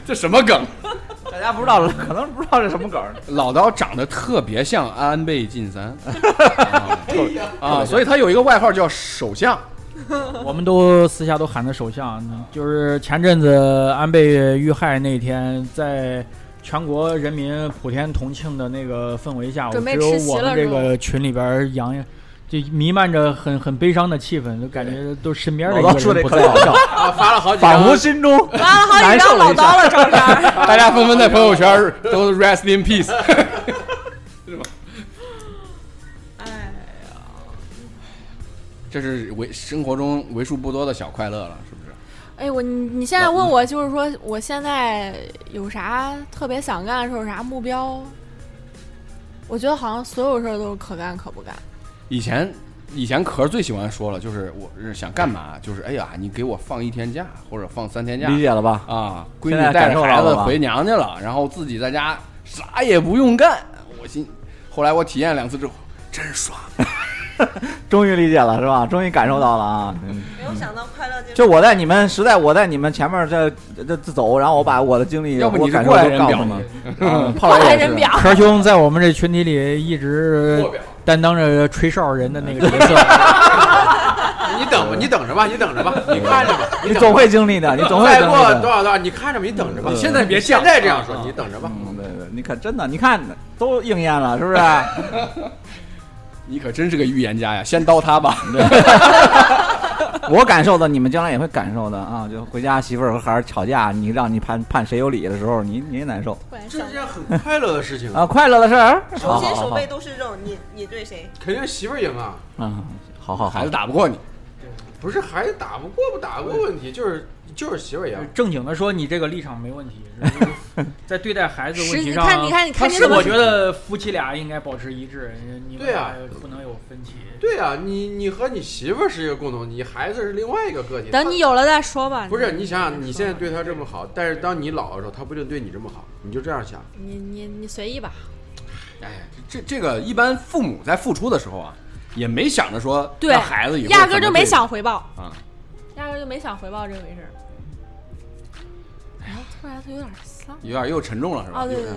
A: 这什么梗？
F: 大家不知道了， 可能不知道这什么梗儿。
A: 老刀长得特别像安倍晋 三啊
F: 哎
A: 啊，所以他有一个外号叫首 相。
C: 我们都私下都喊他首相。就是前阵子安倍遇害那天，在全国人民普天同庆的那个氛围下，我
D: 准
C: 只
D: 备
C: 有
D: 吃席
C: 我们
D: 了
C: 这
D: 是吧
C: 个群里边洋就弥漫着很很悲伤的气氛，就感觉都身边的一
F: 老刀
C: 个
F: 说
C: 人
F: 这
C: 不
F: 可
C: 在
F: 搞 笑，
B: 啊，发了 好几
F: 仿
B: 张
F: 佛心中
D: 完了好几
F: 难受
D: 张
F: 了
D: 老
F: 一下
D: 刀了，赵山。
A: 大家纷纷在朋友圈都 rest in peace。
D: 哎，
A: 这是为生活中为数不多的小快乐了，是不是？
D: 哎，我你你现在问我，就是说我现在有啥特别想干的事儿，有啥目标？我觉得好像所有事儿都是可干可不干。
A: 以前以前壳儿最喜欢说了，就是我是想干嘛，就是哎呀，你给我放一天假或者放三天假
F: 理解了吧？
A: 啊，闺
F: 现在
A: 女带
F: 感
A: 着
F: 受
A: 孩
F: 到
A: 子
F: 了吧
A: 回娘家了，然后自己在家啥也不用干。我心，后来我体验两次之后，真爽。
F: 终于理解了是吧？终于感受到了啊！嗯
E: 没有想到快乐这
F: 就我在你们实在，我在你们前面这这这走，然后我把我的经历，
A: 要不你
F: 我
A: 是
F: 感受
A: 过来
F: 都
A: 人
F: 告
A: 表
F: 诉
A: 吗
F: 你。 嗯
D: 过
F: 炮
D: 来
F: 也
D: 人
F: 是
D: 表，
C: 壳兄在我们这群体里一直担当着吹哨人的那 个角色，
B: 你等吧，你等着吧，你等着吧，你看着吧，
F: 你
B: 等着
F: 总
B: 吧
F: 会经历的，你总会
B: 再
F: 经历
B: 过多
F: 的。
B: 少多少，你看着吧，你等着吧。
A: 嗯
F: 你
A: 现在别
B: 现
A: 犟
B: 在这啊样说，你等着吧。
F: 嗯，对对，你看真的，你看都应验了，是不是？
A: 你可真是个预言家呀！先刀他吧。
F: 我感受的，你们将来也会感受的啊！就回家媳妇儿和孩儿吵架，你让你判判谁有理的时候，你你也难受
D: 突然
B: 这
D: 想
B: 是件 很快乐的事情，
F: 啊！快乐的事儿，
E: 手
F: 好
E: 心
F: 好好
E: 手
F: 好
E: 背都是肉，你你对谁？
B: 肯定媳妇儿赢啊，
F: 嗯，好好好
A: 孩子，打不过你，
B: 不是孩子打不过不打不过问题，就是就是媳妇儿赢。
C: 正经的说，你这个立场没问 题，是不是在对待孩子问题上，
D: 是你看你看你
C: 可
D: 看你
C: 是
D: 怎么
C: 我觉得夫妻俩应该保持一致，你们
B: 对啊
C: 俩呃不能有分歧。
B: 对啊，你你和你媳妇儿是一个共同，你孩子是另外一个个体。
D: 等你有了再说吧。
B: 他不是你想想，你现在对他这么好，但是当你老的时候，他不一定对你这么好，你就这样想。
D: 你你你随意吧。
A: 哎，这这个一般父母在付出的时候啊，也没想着说
D: 对，
A: 让孩子以后
D: 压根儿
A: 怎
D: 就
A: 么
D: 没
A: 对
D: 想回报，
A: 啊。
D: 压根儿就没想回报这回事儿。哎，突然就有点丧。
A: 有点又沉重了是吧？
D: 哦，对对对。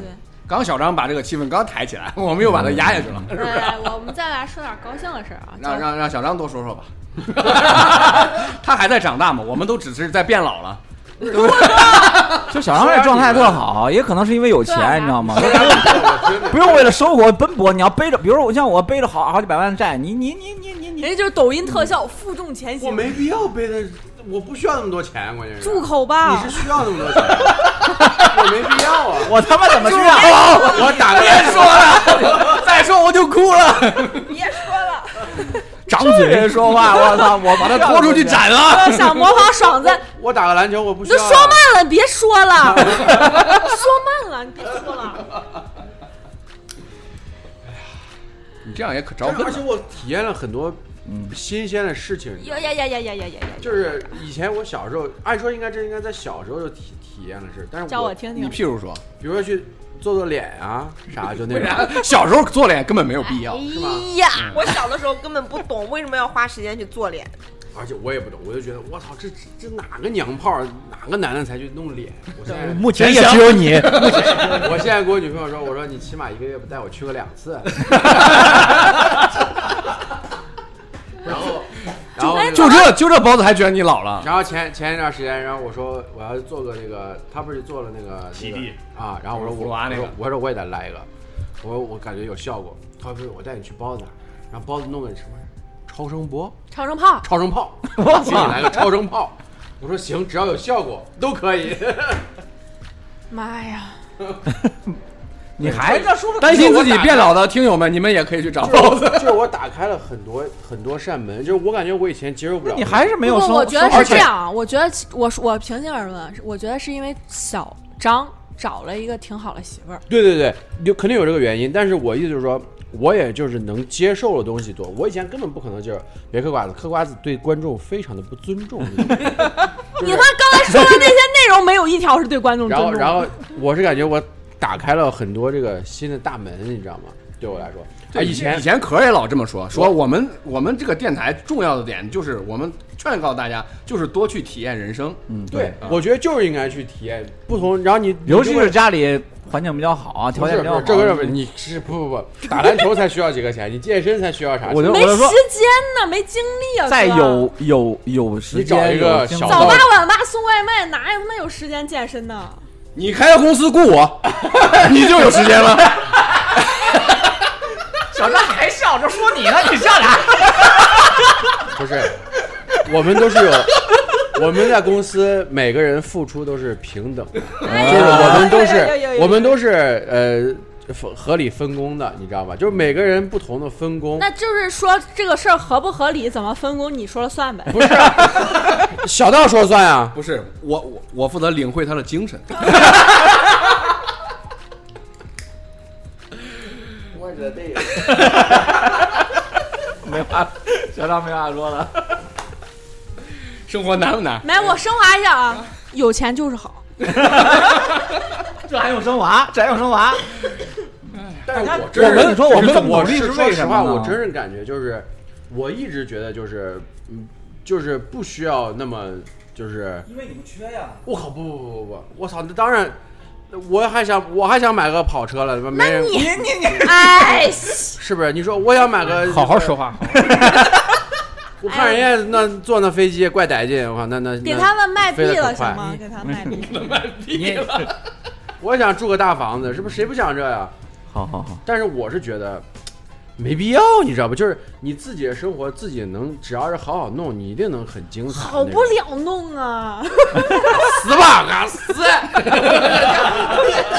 A: 刚小张把这个气氛刚抬起来，我们又把它压下去了，是不是？
D: 哎，我们再来说点高兴的事儿啊。
A: 让
D: 就
A: 让让小张多说说吧， 他还在长大嘛，我们都只是在变老了。
F: 就小张这状态特好，也可能是因为有
D: 对啊
F: 钱，你知 道吗？
B: 我真的
F: 不用为了生活奔波，你要背着，比如我像我背着好好几百万的债，你你你你你你，
D: 人家就是抖音特效，负重前
B: 我
D: 行，
B: 没必要背的，我不需要那么多钱，关键是
D: 住口
B: 你
D: 吧
B: 是。需要那么多钱， 我没必要啊。
F: 我他妈怎么去啊？
B: 我打个人说，
A: 再说我就哭了，
E: 别说了，
F: 长嘴说话，我操！我
A: 把他拖出去斩了。
D: 我想模仿 爽子，
B: 我打个篮球，我不
D: 你
B: 需
D: 都
B: 要。啊
D: 说慢了，别说了， 说慢了，你别说了。
A: 你这样也可招
B: 真的
A: 恨
B: 而且
A: 了。
B: 我体验了很多
F: 嗯
B: 新鲜的事情，
D: 呀呀呀呀呀呀呀呀！
B: 就是以前我小时候，按说应该这应该在小时候就体体验的事，但 是
D: 教
B: 我
D: 我听
A: 你
D: 听。
A: 譬如说，
B: 比如说去做做脸啊啥，就那
A: 为啥
B: 种。
A: 小时候做脸根本没有必要？
D: 哎呀，
E: 我小的时候根本不懂为什么要花时间去做脸，
B: 而且我也不懂，我就觉得我操，这这这哪个娘炮，哪个男的才去弄脸？我现 在
C: 目前也只有你，
B: 我现在跟我女朋友说，我说你起码一个月不带我去个 两次。然后，然然后
A: 就这就这包子还觉得你老了？
B: 然后前前一段时间，然后我说我要做个那个，他不是做了那个
G: 洗
B: 那个
G: 地
B: 啊，然后我说
A: 葫芦
B: 我
A: 娃那个
B: 我说我说我也得来一个，我说我感觉有效果，他说不是我带你去包子那儿，然后包子弄个什么超声波、
D: 长生炮，
B: 超声炮，给你来个超声炮，我说行，只要有效果都可以。
D: 妈呀！
F: 你还这说
A: 担心自己变老的听友们，你们也可以去找 包子。
B: 就是我打开了很多很多扇门，就是我感觉我以前接受不了。
F: 你还是没有
D: 不
F: 生
D: 过我觉得
F: 生活
D: 是这样，我觉得其我我平心而论，我觉得是因为小张找了一个挺好的媳妇儿，
B: 对对对，有肯定有这个原因，但是我意思就是说，我也就是能接受的东西多。我以前根本不可能就是别嗑瓜子，嗑瓜子对观众非常的不尊重。你 知道吗
D: 你他妈刚才说的那些内容没有一条是对观众尊
B: 然后
D: 重的。
B: 然后我是感觉我打开了很多这个新的大门，你知道吗？对我来说，啊，以前
A: 以前可儿也老这么说，说我们我们这个电台重要的点就是我们劝告大家，就是多去体验人生。
F: 嗯，
B: 对
F: 对，
A: 啊
B: 我觉得就是应该去体验不同，然后你
F: 尤其
B: 你就会
F: 是家里环境比较好啊，条
B: 不
F: 件
B: 是
F: 比较
B: 不
F: 好
B: 是，这个是你是不不不打篮球才需要几个钱，你健身才需要啥钱？
F: 我就
D: 没
F: 我就
D: 时
F: 说，
D: 间呢，没精力啊！
F: 再
D: 哥
F: 有有有时
B: 你找
F: 间
B: 一个
F: 有精
B: 小
F: 力
D: 早八
B: 道
D: 晚八送外卖，哪有他妈有时间健身呢？
A: 你开个公司雇我，你就有时间了。
F: 小张还笑，这说你 呢，你笑啥？
B: 不是，我们都是有，我们在公司每个人付出都是平等的，
F: 啊
B: 就是我们都
E: 有有有有
B: 是
E: 有
B: 我们都是呃分合理分工的，你知道吧？就是每个人不同的分工。
D: 那就是说这个事儿合不合理，怎么分工，你说了算呗。
B: 不是小道说了算啊，
A: 不是我我我负责领会他的精神。
F: 我惹 对了，没话，小张没话说了。
A: 生活难不难？
D: 来，我升华一下啊，有钱就是好。
F: 这还用生娃？这还用生娃？
B: 但是我
F: 我跟你说我们
B: 是
F: 这么
B: 我
F: 努力
B: 是
F: 是
B: 说
F: 为
B: 实
F: 什么
B: 话，
F: 呢
B: 我真是感觉就是，我一直觉得就是，嗯，就是不需要那么就是。
F: 因为你们缺呀。
B: 我靠！不不不不不！我操！那当然，我还想我还想买个跑车了，他妈没人。
F: 你你你，
D: 哎，西
B: 是不是？你说我想买个，
C: 嗯好好说。话，好好
B: 我看人家那坐那飞机怪带劲，我靠，那那
D: 哎给
B: 那
D: 他们卖币
B: 飞得
D: 了
B: 很
D: 行
B: 快
D: 吗？给他卖币。
B: 我也想住个大房子，是不是？谁不想这呀？
F: 好好好，
B: 但是我是觉得没必要，你知道不？就是你自己的生活，自己能只要是好好弄，你一定能很精彩。
D: 好不了弄 啊，
B: 死吧，啊死！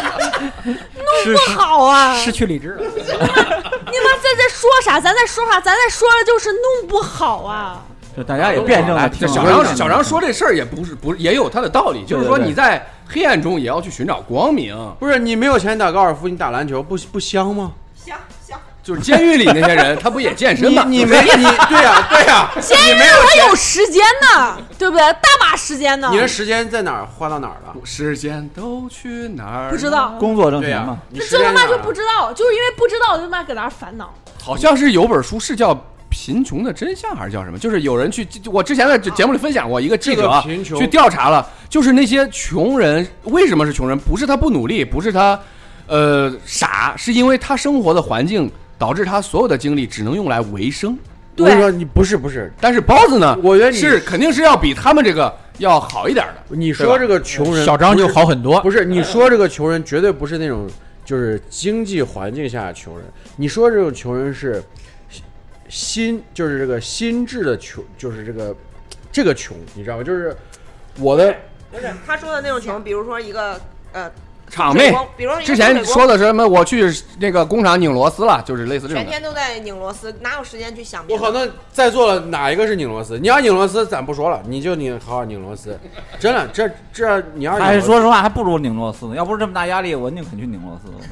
D: 弄不好啊！
C: 失去理智了。
D: 你们在这说啥？咱在说啥？咱在说的就是弄不好啊！
F: 就大家也辩证
B: 哎
F: 的
A: 这
F: 听啊。
A: 小
F: 辩证
A: 张
F: 地
A: 小张说这事儿也不是不是也有他的道理，就是说
F: 对对对
A: 你在黑暗中也要去寻找光明。
B: 不是你没有钱打高尔夫，你打篮球不不香吗？
E: 行行，
A: 就是监狱里那些 人，他不也健身
B: 你
A: 吗？
B: 你没你对呀对呀，
D: 监狱里我有时间呢，对不对？大把时间呢
B: 你。的时间在哪儿花到哪儿了？
A: 时间都去哪儿？
D: 不知，道，
F: 工作挣
B: 对
F: 钱
B: 呀
F: 嘛，，
B: 你时
D: 这
B: 间
D: 他妈
B: 在哪
D: 就
B: 儿了
D: 不知道，就是因为不知道，我就他妈搁那儿烦恼。
A: 好像是有本书是叫《贫穷的真相》还是叫什么？就是有人去，我之前在节目里分享过，一个记
B: 这
A: 者啊
B: 个贫穷
A: 去调查了，就是那些穷人为什么是穷人？不是他不努力，不是他呃傻，是因为他生活的环境导致他所有的精力只能用来维生。
B: 我跟你说，
D: 对，
B: 你不是不是，
A: 但是包子呢，
B: 我觉得你
A: 是肯定是要比他们这个要好一点的。
B: 你说这个穷人，
C: 小张就好很多，
B: 不是你说这个穷人绝对不是那种就是经济环境下的穷人，你说这种穷人是心就是这个心智的穷，就是这个这个穷，你知道吗？就是我的
E: 不是他说的那种穷，比如说一个呃
A: 场妹
E: 水工，比如说一个
A: 之前
E: 水工
A: 说的是什么？我去那个工厂拧螺丝了，就是类似这种
E: 全
A: 的。
E: 天都在拧螺丝，哪有时间去想别
B: 我
E: 的？
B: 靠，那在座的哪一个是拧螺丝？你要拧螺丝，咱不说了，你就拧好好拧螺丝，真的，这这你要是拧
F: 哎，
B: 螺丝
F: 说实话还不如拧螺丝呢。要不是这么大压力，我宁肯去拧螺丝，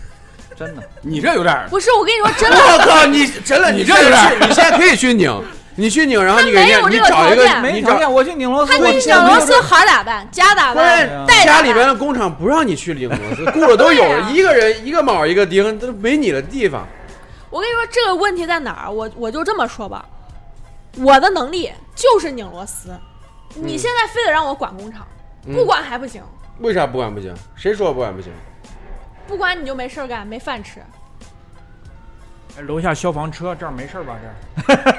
F: 真的。
A: 你这有点儿，
D: 不是我跟你说，真的，
B: 我靠，你真的，
A: 你
B: 你
A: 这
B: 现
A: 有点
B: 在去，你现在可以去拧，你去拧，然后你给人
D: 他
B: 家，
D: 没
B: 你
D: 有这个
B: 找一
D: 条件
B: 个，
F: 没
B: 你
F: 条
B: 找
F: 件，我去拧螺丝，
D: 他
F: 我
D: 给你
F: 现在
D: 拧
F: 没有
D: 螺丝好打扮，假打
B: 关
D: 扮，
B: 键
D: 带
B: 啊家
D: 打
B: 里边
D: 扮。
B: 的工厂不让你去拧螺丝，雇了都
D: 对
B: 有
D: 啊
B: 人，一个人一个铆一个钉，都没你的地方。
D: 我跟你说这个问题在哪儿？啊我我就这么说吧，我的能力就是拧螺丝，你现在非得让我管工厂，不管还不行，
B: 为啥不管不行？谁说不管不行？
D: 不管你就没事儿干，没饭吃。
C: 楼下消防车这儿没事儿吧？这儿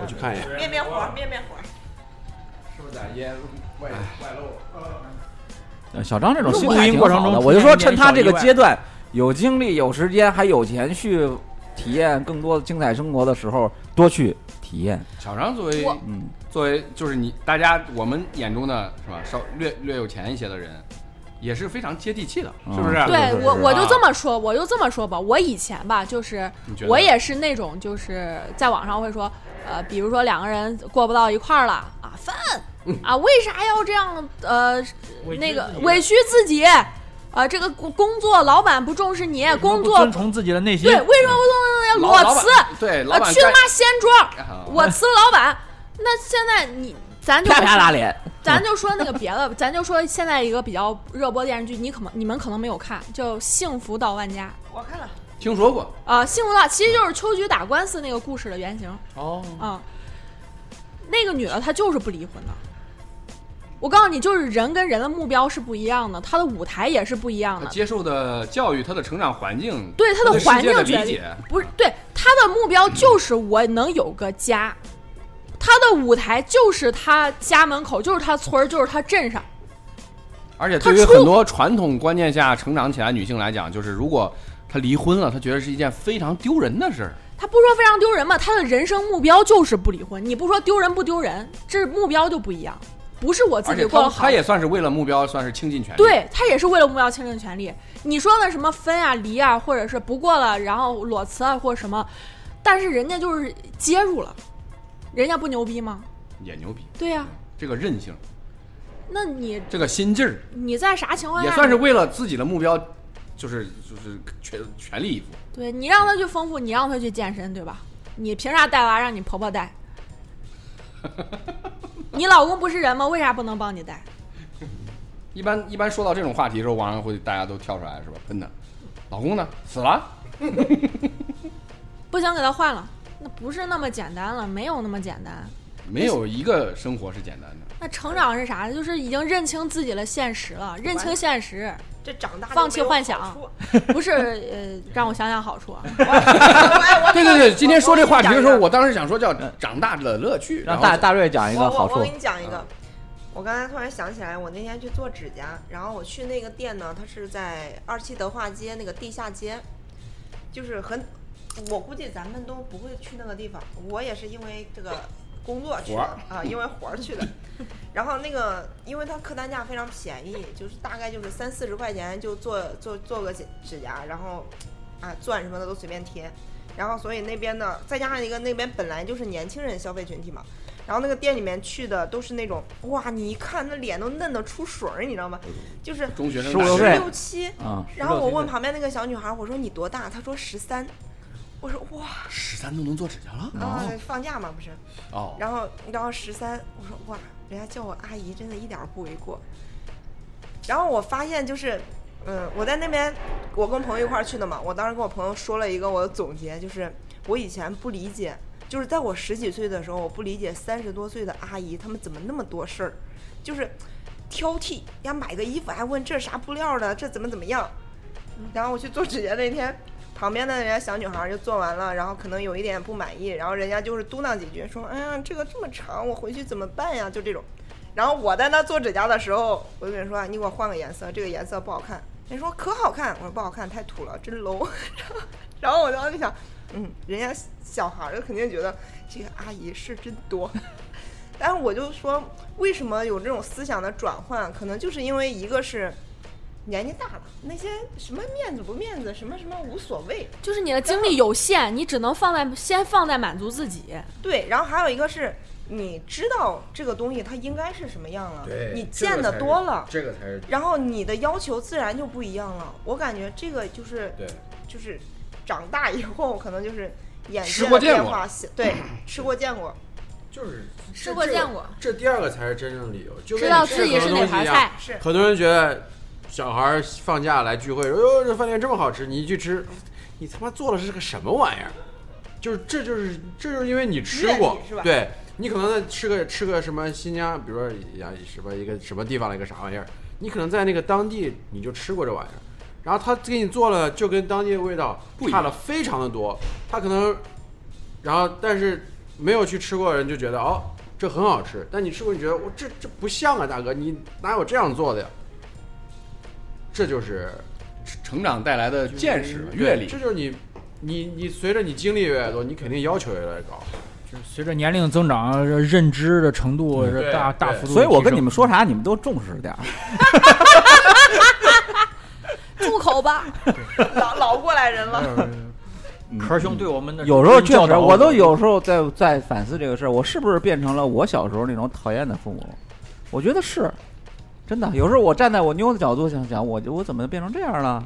B: 我去看一眼。
E: 面面活，面面活。
A: 是不是在烟外外露了？
F: 呃小张这种
C: 录
F: 心态
C: 音
F: 挺
C: 过程
F: 好
C: 中
F: 的，
C: 出
F: 我就
C: 现
F: 说
C: 一点
F: 趁他
C: 小
F: 这
C: 意
F: 个
C: 外
F: 阶段有精力、有时间、还有钱去体验更多的精彩生活的时候，多去体验。
A: 小张作为
D: 我
F: 嗯，
A: 作为就是你大家我们眼中的是吧，稍略略有钱一些的人，也是非常接地气的，
B: 嗯
A: 是不是？
D: 对
F: 是
D: 我
F: 是
D: 我就
A: 啊
D: 这么说，我就这么说吧。我以前吧，就是
A: 你觉得
D: 我也是那种，就是在网上会说，呃，比如说两个人过不到一块儿了啊，分啊，为啥要这样？呃，那个委屈自己，啊，这个工工作老板不重视你，工作
C: 遵从自己的内心
D: 对，，为什么不重视
A: 老
D: 我
A: 老板
D: 辞？
A: 对老
D: 啊，
A: 板
D: 去他妈掀桌！
A: 干
D: 我辞老板。那现在你，咱就
F: 啪啪打脸。
D: 咱就说那个别的，咱就说现在一个比较热播电视剧，你可能你们可能没有看，叫《幸福到万家》
E: 我看了，
A: 听说过
D: 啊，《幸福到》其实就是秋菊打官司那个故事的原型
A: 哦，
D: 啊。那个女的她就是不离婚的，我告诉你，就是人跟人的目标是不一样的，她的舞台也是不一样
A: 他
D: 的，
A: 接受的教育，他的成长环境，
D: 对她
A: 他
D: 的环
A: 世界
D: 境
A: 的
D: 决
A: 理
D: 定
A: 解，
D: 不是对她的目标就是我能有个家，她的舞台就是她家门口，就是她村儿，就是她镇上。
A: 而且
D: 他
A: 对于
D: 出
A: 很多传统观念下成长起来女性来讲，就是如果她离婚了，她觉得是一件非常丢人的事儿。
D: 他不说非常丢人嘛，他的人生目标就是不离婚。你不说丢人不丢人，这目标就不一样，不是我自
A: 而
D: 己
A: 且
D: 过得
A: 她
D: 好
A: 她。也算是为了目标，算是倾尽全力。，
D: 对他也是为了目标倾尽全力。你说的什么分啊、离啊，或者是不过了，然后裸辞啊，或者什么，但是人家就是接入了，人家不牛逼吗？
A: 也牛逼，
D: 对呀、
A: 这个韧性，
D: 那你
A: 这个心劲儿，
D: 你在啥情况下
A: 也算是为了自己的目标，就是就是全全力以赴。
D: 对你让他去丰富，你让他去健身，对吧？你凭啥带娃让你婆婆 带？你老公不是人吗？为啥不能帮你带？
A: 一般一般说到这种话题的时候，网上会大家都跳出来是吧？喷的，老公呢？死了？
D: 不想给他换了，那不是那么简单了，没有那么简单。
A: 没有一个生活是简单的。
D: 那成长是啥？就是已经认清自己的现实了，认清现实，
E: 这长大就
D: 放弃
E: 没有
D: 幻
E: 好
D: 想
E: 处
D: 不是呃，让我想想好处啊。
E: 哎我
A: 对对对，今天说这话题的时候，
E: 我
A: 我当时想说叫长大的乐趣，然
F: 让
A: 后
F: 大大瑞讲一个
E: 我
F: 好
E: 我
F: 处嗯
E: 我给，你讲一个，我刚才突然想起来，我那天去做指甲，然后我去那个店呢，它是在二七德化街那个地下街，就是很，我估计咱们都不会去那个地方，我也是因为这个工作去
A: 活
E: 的
A: 儿
E: 啊，因为活儿去 的。然后那个，因为它客单价非常便宜，就是大概就是三四十块钱就做做做个指指甲，然后啊钻什么的都随便贴。然后所以那边的，再加上一个那边本来就是年轻人消费群体嘛，然后那个店里面去的都是那种哇，你一看那脸都嫩的出水儿，你知道吗？就是
A: 中学生
F: 十五
A: 大
F: 岁
A: 学
E: 十
A: 生
E: 六七。
F: 嗯，
E: 然后我问旁边那个小女孩，我说你多大？她说十三。我说哇，
A: 十三都能做指甲了
E: 啊、放假嘛不是？
A: 哦，
E: 然后然后十三，我说哇，人家叫我阿姨真的一点儿不为过。然后我发现就是，嗯，我在那边，我跟朋友一块儿去的嘛，我当时跟我朋友说了一个我的总结，就是我以前不理解，就是在我十几岁的时候，我不理解三十多岁的阿姨她们怎么那么多事儿，就是挑剔，要买个衣服还问这啥布料的，这怎么怎么样。然后我去做指甲那天，旁边的人家小女孩儿就做完了，然后可能有一点不满意，然后人家就是嘟囔几句，说：“哎呀，这个这么长，我回去怎么办呀？”就这种。然后我在那做指甲的时候，我就跟人说：“啊你给我换个颜色，这个颜色不好看。”人说：“可好看。”我说：“不好看，太土了，真 low。”然后，然后我当时就想，嗯，人家小孩儿肯定觉得这个阿姨事真多。 但是我就说，为什么有这种思想的转换？可能就是因为一个是年纪大了，那些什么面子不面子，什么什么无所谓，
D: 就是你的精力有限，你只能放在先放在满足自己。
E: 对，然后还有一个是你知道这个东西它应该是什么样了，你见
B: 的
E: 的多了，
B: 这个才是
E: 然后你的要求自然就不一样了。我感觉这个就是
B: 对。
E: 就是长大以后可能就是眼
A: 吃
E: 界的
A: 过见
E: 变
A: 过
E: 化，喜 对，吃过见过，
B: 就是
D: 吃过
B: 这个
D: 见过
B: 这第二个才是真正理由，就跟
D: 知道
B: 你吃
D: 自己
B: 很
D: 是
B: 多
D: 哪
B: 东西
D: 盘
B: 一样
D: 菜
E: 是
B: 很多人觉得小孩儿放假来聚会，说哟这饭店这么好吃，你一去吃，你他妈做的是个什么玩意儿？就是这就是这就是因为你吃过
E: 阅历是吧，
B: 对你可能在吃个吃个什么新疆，比如说呀什么一个什么地方的一个啥玩意儿，你可能在那个当地你就吃过这玩意儿，然后他给你做了就跟当地的味道
A: 不一样
B: 差了非常的多，他可能然后但是没有去吃过的人就觉得哦，这很好吃，但你吃过你觉得我这这不像啊，大哥，你哪有这样做的呀？这就是
A: 成长带来的见识、阅历
B: 这，就是你，你你随着你经历越来越多，你肯定要求越来越高。
C: 就是随着年龄增长，这认知的程度
B: 嗯
C: 是大
B: 对
C: 大
B: 对
C: 幅度。
F: 所以我跟你们，说啥，你们都重视点儿。
D: 住口吧！
E: 老老过来 人了，
C: 壳兄对我们的
F: 嗯有时候确
C: 教
F: 实，
C: 导
F: 我都有时候在在反思这个事儿，我是不是变成了我小时候那种讨厌的父母？我觉得是，真的。有时候我站在我妞的角度想想，我我怎么变成这样了，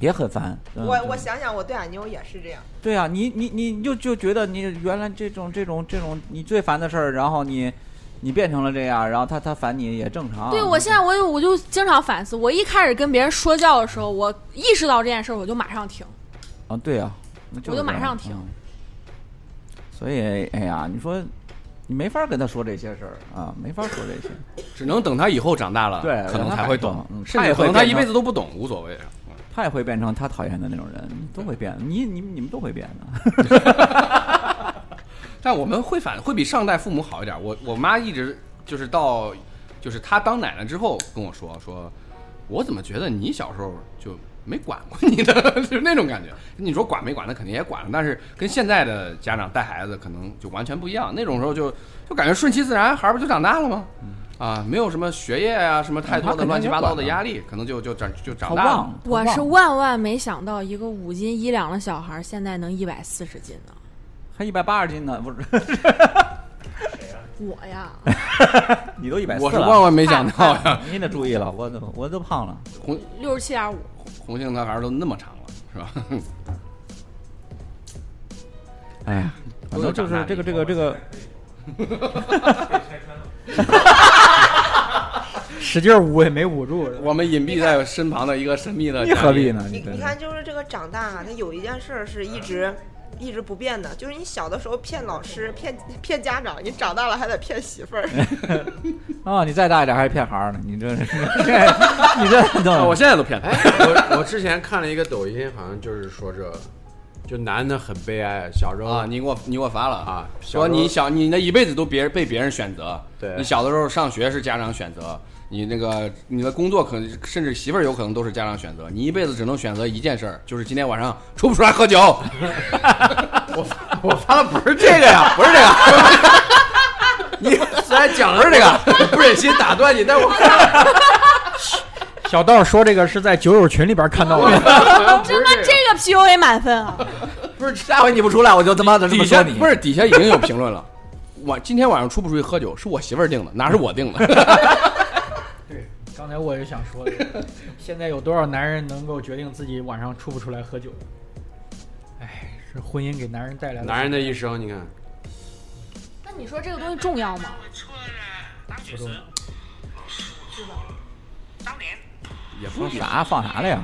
F: 也很烦。嗯
E: 我
F: 真
E: 我
F: 的
E: 想想，我对俺妞也是这样，
F: 对啊，你你你就就觉得你原来这种这种这种你最烦的事儿，然后你你变成了这样，然后他他烦你也正常。
D: 对我现在我有我就经常反思，我一开始跟别人说教的时候，我意识到这件事儿，我就马上停。
F: 啊，对啊，那是
D: 我就马
F: 这样
D: 上停
F: 嗯所以，哎呀，你说你没法跟他说这些事儿啊，没法说这些。
A: 只能等他以后长大了，
F: 对
A: 可能才会懂
F: 嗯，
A: 甚
F: 他
A: 至
F: 也
A: 可
F: 会
A: 能他
F: 变
A: 一
F: 成
A: 辈子都不懂，无所谓。啊
F: 他也会变成他讨厌的那种人，你都会变，你你你们都会变的。
A: 但我们会反会比上代父母好一点。我我妈一直就是到就是她当奶奶之后跟我说说，我怎么觉得你小时候就没管过你的，就是那种感觉。你说管没管，那肯定也管了，但是跟现在的家长带孩子可能就完全不一样。那种时候就就感觉顺其自然，孩儿不就长大了吗？啊，没有什么学业啊，什么太多
F: 嗯他肯
A: 的
F: 定
A: 乱七八糟
F: 也
A: 的
F: 管啊
A: 压力，可能就就长就
F: 他
A: 长大了
F: 忘了。，他
D: 我是
F: 忘了
D: 万万没想到，一个五斤一两的小孩儿现在能一百四十斤呢。
F: 还一百八十斤呢，不是？
D: 我 呀，
F: 你都一百四
A: 我是万万没想到 呀，
F: 你得注意哎了，我都我都胖了。
A: 红
D: 六十七点五，
A: 红杏他孩儿都那么长了，是吧？
F: 哎呀，反正就
A: 都有
F: 是这个这
A: 长
F: 个
A: 大
F: 这个，
C: 使劲捂也没 捂住。
A: 我们隐蔽在身旁的一个神秘的，
F: 你何必？呢？
E: 你
F: 真
E: 你
F: 是
E: 看，就是这个长大啊，他有一件事儿是一直一直不变的，就是你小的时候骗老师、骗骗家长，你长大了还得骗媳妇儿。
F: 啊，你再大一点还是骗孩儿呢？你 这你这
A: 啊，
F: 都
A: 我现在都骗他
B: 哎，。我 我之前看了一个抖音，好像就是说这，就男的很悲哀，小时候
A: 啊，你给我你给我发了
B: 啊小
A: 说
B: 时候
A: 你小你那一辈子都别人被别人选择，
B: 对
A: 你小的时候上学是家长选择，你那个你的工作可能甚至媳妇儿有可能都是家长选择，你一辈子只能选择一件事儿，就是今天晚上出不出来喝酒。 我我发的不是这个呀，不是这个，
B: 你虽然讲的是这个，不忍心打断你，但我看
C: 小道说这个是在酒友群里边看到的，
B: 好像 不
D: 真
B: 是
D: 的
B: 这个，
D: 这个 PUA 满分啊！
F: 不是下回你不出来我就他妈的这么
A: 底
F: 说
A: 下
F: 你
A: 不是底下已经有评论了。我今天晚上出不出去喝酒是我媳妇儿定的，哪是我定的？
C: 对， 刚才我也想说 的，现在有多少男人能够决定自己晚上出不出来喝酒？哎，是婚姻给男人带来的。
B: 男人的一生，你看，
D: 那你说这个东西重要吗？
C: 不重要
A: 也不
F: 说啥放啥了呀？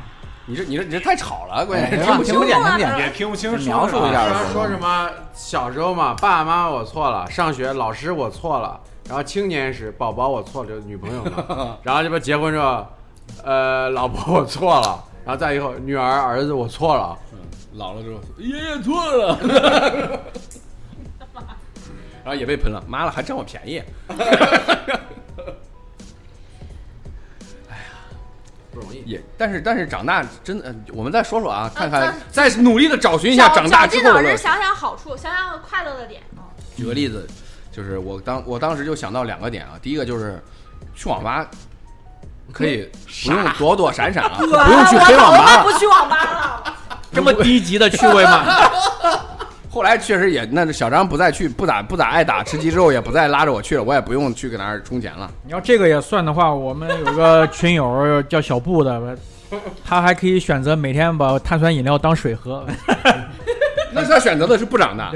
A: 你这你这你这太吵了，关键
F: 哎
A: 是
F: 听
A: 听
F: 不
A: 不
F: 听
A: 清
F: 不见，听不见。
G: 也听不清，
F: 描述一下
B: 啊
F: 吧
B: 说说什么小时候嘛，爸爸妈妈我错了，上学老师我错了，然后青年时宝宝我错了，就是女朋友 嘛，然后这不结婚之后，呃，老婆我错了，然后再以后女儿儿子我错了，
A: 老了之后，爷爷错了， 然后也被喷了，妈了还占我便宜，
B: 不容易。啊
A: 也但是但是长大真的，呃我们再说说啊，看看
D: 咱
A: 再努力的找寻一下
D: 绞
A: 长大
D: 绞
A: 之
D: 尽
A: 后
D: 脑
A: 的
D: 汁
A: 乐趣。
D: 想想好处，想想快乐的点。
A: 举个例子，就是我当我当时就想到两个点啊，第一个就是去网吧可以不用躲躲闪闪 啊，不用去黑网吧了。
D: 不去网吧了，
C: 这么低级的趣味吗？
A: 后来确实也，那小张不再去，不咋不咋爱打吃鸡之后，也不再拉着我去了，我也不用去给那儿充钱了。
C: 你要这个也算的话，我们有个群友叫小布的，他还可以选择每天把碳酸饮料当水喝，
A: 那他选择的是不长大，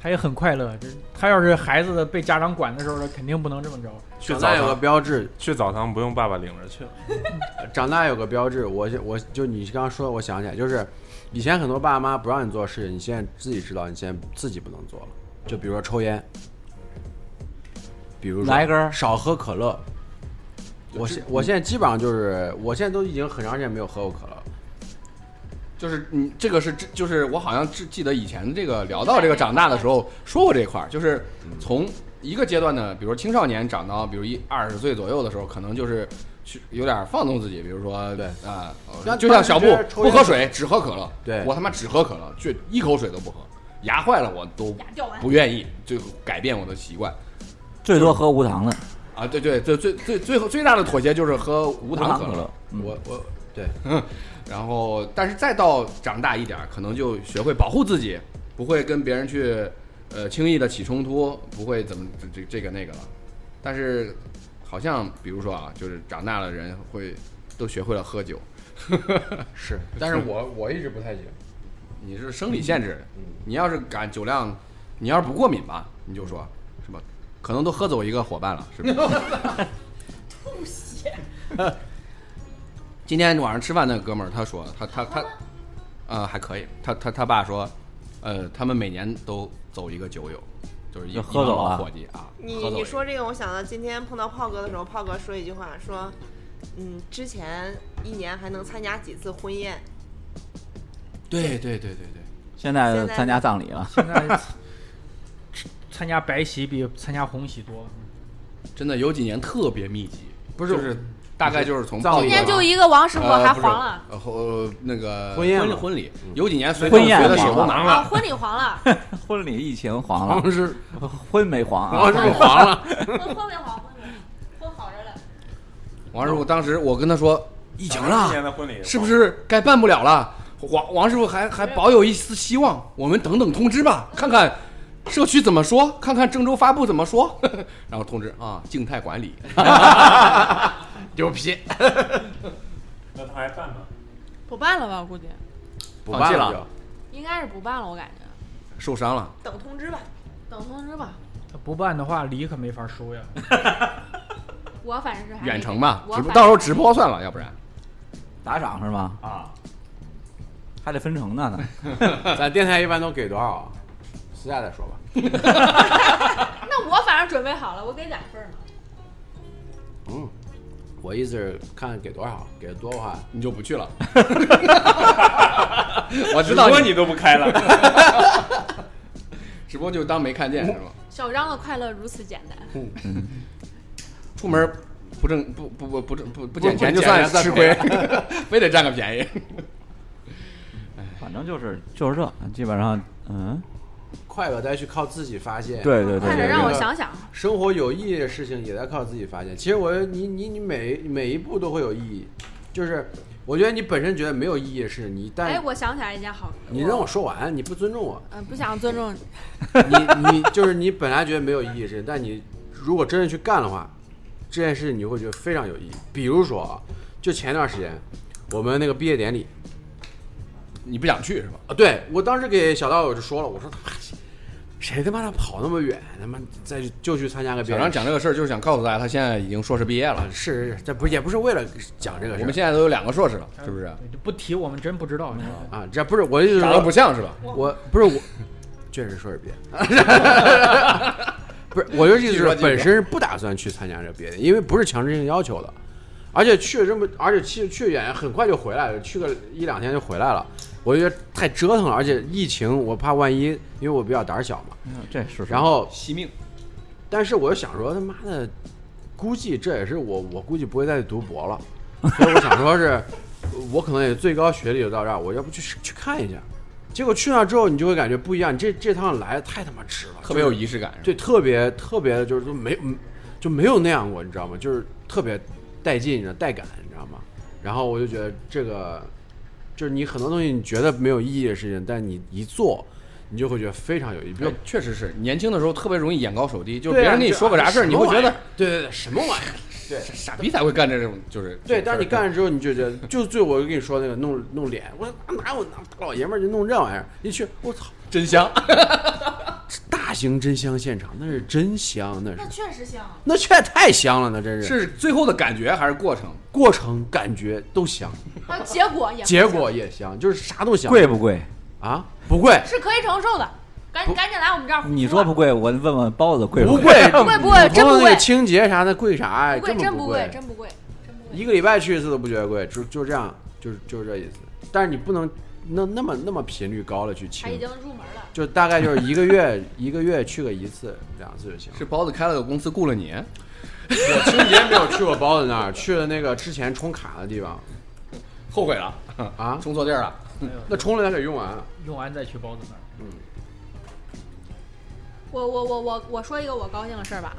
C: 他也很快乐。就是他要是孩子被家长管的时候，他肯定不能这么着。
G: 去
B: 长
G: 澡
B: 大有个
G: 堂，
B: 标志，
G: 去澡堂不用爸爸领着去了。
B: 长大有个标志，我就我就你刚刚说，我想起来，就是以前很多爸妈不让你做的事情，你现在自己知道，你现在自己不能做了。就比如说抽烟，比如说
F: 来一根儿
B: 少喝可乐。嗯我现我现在基本上就是，我现在都已经很长时间没有喝过可乐，
A: 就是你这个是这就是我好像记记得以前这个聊到这个长大的时候说过这一块儿，就是从一个阶段的，比如说青少年长到比如一二十岁左右的时候，可能就是去有点放纵自己，比如说
B: 对
A: 啊、呃
B: 像
A: 就像小布
B: 当时抽
A: 不
B: 烟
A: 喝水，只喝可乐，
B: 对
A: 我他妈只喝可乐，就一口水都不喝，牙坏了我都
D: 牙掉完
A: 不愿意，就改变我的习惯。
F: 最多喝无糖的，
A: 啊，对对，最最最最后最大的妥协就是喝无糖
F: 糖
A: 可
F: 可
A: 乐
F: 乐。嗯
A: 我我嗯
B: 对，
A: 然后但是再到长大一点儿，可能就学会保护自己，不会跟别人去呃轻易的起冲突，不会怎么这这这个那个了。但是好像比如说啊，就是长大的人会都学会了喝酒，
B: 是，但是我我一直不太行，
A: 你是生理限制
B: 嗯，
A: 你要是敢酒量，你要是不过敏吧，你就说是吧？可能都喝走一个伙伴了，是吧？
D: 吐血，
A: 今天晚上吃饭那个哥们儿，他说他他他，呃还可以，他他他爸说，呃他们每年都走一个酒友，就是一
F: 就喝走
A: 一帮老
F: 了
A: 伙计啊，
E: 你
A: 喝走
E: 你
A: 一
E: 说
A: 个
E: 这个，我想到今天碰到炮哥的时候，炮哥说一句话，说，嗯，之前一年还能参加几次婚宴，
A: 对对对对对，
F: 现在
E: 现在
F: 参加葬礼了，
C: 现在参加白喜比参加红喜多。
A: 真的有几年特别密集，不是就是大概就是从
B: 葬
A: 暴
B: 礼
A: 力
D: 今天
B: 啊
D: 就一个王师傅
A: 呃
D: 还
A: 不是
D: 黄了，
A: 呃后那个嗯
B: 婚宴
A: 婚礼
B: 嘛
A: 婚礼有几年随
F: 婚
A: 着
F: 宴
A: 随着
F: 嘛
A: 手工拿
D: 啊，
A: 了，
D: 婚礼 黄了，
F: 婚礼疫情黄
B: 好
F: 了，
B: 像是
F: 婚没黄
B: 好
F: 啊，
B: 像是黄了，
D: 婚没黄，婚没婚好着了。
A: 王师傅当时我跟他说 疫情了
G: 今，年的婚礼
A: 是不？是该办不了了？王王师傅还还保有一丝希望，我们等等通知吧，看看社区怎么说，看看郑州发布怎么说， 然后通知啊，静态管理，牛皮，
G: 那他还办吗？
D: 不办了吧？我估计
B: 不
A: 放弃
B: 办
A: 了
B: 就
D: 应该是不办了，我感觉。
A: 受伤了，
E: 等通知吧。
D: 等通知吧，
C: 他不办的话，礼可没法收呀。
D: 我反正是还没
A: 远程吧，
D: 哎我
A: 直播
D: 反
A: 到时候直播算了，要不然
F: 打赏是吗？
C: 啊，
F: 还得分成呢，
B: 咱电台一般都给多少啊？私下再说吧。
D: 那我反正准备好了，我给两份儿呢。
B: 嗯，我意思是看给多少，给的多的话，
A: 你就不去 了。我知道
G: 直播
A: 你
G: 你都不开 了，
A: 直播就当没看见是吧？
D: 小张的快乐如此简单，
A: 出门不挣不不不不挣不不
B: 不
A: 捡钱
B: 不
A: 就
B: 捡
A: 算
B: 钱算
A: 吃
B: 亏
A: 亏， 非得占个便宜。
F: 反正就是就是这，基本上，嗯，
B: 快乐再去靠自己发现。
F: 对对对
D: 快点
F: 对
D: 让
F: 对，
D: 我想想，
B: 生活有意义的事情也在靠自己发现。其实我，你你你每每一步都会有意义，就是我觉得你本身觉得没有意义的事情，你
D: 哎，
B: 但
D: 我想起来一件好，
B: 你让我说完，你不尊重我，
D: 嗯、不想尊重你，
B: 你 你就是你本来觉得没有意义的事情，但你如果真的去干的话，这件事情你会觉得非常有意义。比如说啊，就前段时间我们那个毕业典礼，
A: 你不想去是吧？
B: 啊，对我当时给小道我就说了，我说他妈谁他妈的跑那么远，他妈再去就去参加个别
A: 小
B: 人
A: 张讲这个事儿就是想告诉大家，他现在已经硕士毕业了
B: 啊，。是是，这不也不是为了讲这个
A: 我
B: 事
A: 们
B: 儿
A: 现在都有两个硕士了，是不啊是？
C: 对就不提我们真不知道，你知道吗？
B: 啊，这不是我的意思是
A: 长得不
B: 说，
A: 像是吧？
B: 我不是我， 确实说是别的， 不是我的意思
A: 继续
B: 是
A: 说
B: 说
A: 继续
B: 本
A: 说
B: 身是不打算去参加这别的，因为不是强制性要求的，而且去了这么，而且去去远很快就回来了，去个一两天就回来了，我觉得太折腾了，而且疫情我怕万一，因为我比较胆儿小嘛，
F: 嗯这是。
B: 然后
A: 惜命，
B: 但是我又想说，他妈的，估计这也是我，我估计不会再去读博了，所以我想说是， 我可能也最高学历就到这儿，我要不去去看一下。结果去那之后，你就会感觉不一样，你这这趟来太他妈值了，
A: 特别有仪式感。是吧哎
B: 对，特别特别的，就是就没嗯就没有那样过，你知道吗？就是特别带劲，你知道带感，你知道吗？然后我就觉得这个，就是你很多东西你觉得没有意义的事情，但你一做，你就会觉得非常有意义。比如
A: 哎确实是年轻的时候特别容易眼高手低，就是
B: 对
A: 别
B: 啊
A: 人跟你说个啥事儿，
B: 这
A: 你会觉
B: 什么玩
A: 得
B: 意儿对对对，什么玩意儿？对
A: 傻逼才会干这种，就是
B: 对，但是你干
A: 这种
B: 了之后，你就觉得，就最我跟你说那个弄弄脸，我说哪有哪大老爷们儿就弄这玩意儿？一去，我操，
A: 事儿真香。
B: 大型真香现场，那是真香，那是
D: 那确实香。
B: 那确太香了，那真 是
A: 是最后的感觉还是过程？
B: 过程感觉都香，
D: 还有结果也不
B: 结
D: 香
B: 果也香，就是啥都香。
F: 贵不贵？
B: 啊？不贵，
D: 是可以承受的，赶
B: 不
D: 赶紧来我们这儿胡说。
F: 你说不贵，我问问包子贵
B: 不
F: 贵？
B: 贵，
D: 不贵不贵
B: 普
D: 真
B: 通
D: 不
B: 的那
D: 贵
B: 个清洁啥的贵啥呀？
D: 不贵，
B: 根本
D: 不
B: 贵，
D: 真不贵，真不贵。
B: 一个礼拜去一次都不觉得贵，就就这样，就是就是这意思。但是你不能那那么那么频率高的去清
D: 他，已经入门了。
B: 就大概就是一个月 一个月去个一次两次就行。
A: 是包子开了个公司雇了你，
B: 我清明节没有去过包子那儿，去了那个之前充卡的地方
A: 后悔了，
B: 啊，
A: 充错地儿了。
C: 没有
B: 那充了咱得用完啊。
C: 哎用完再去包子那儿。
D: 我我我我我说一个我高兴的事儿吧，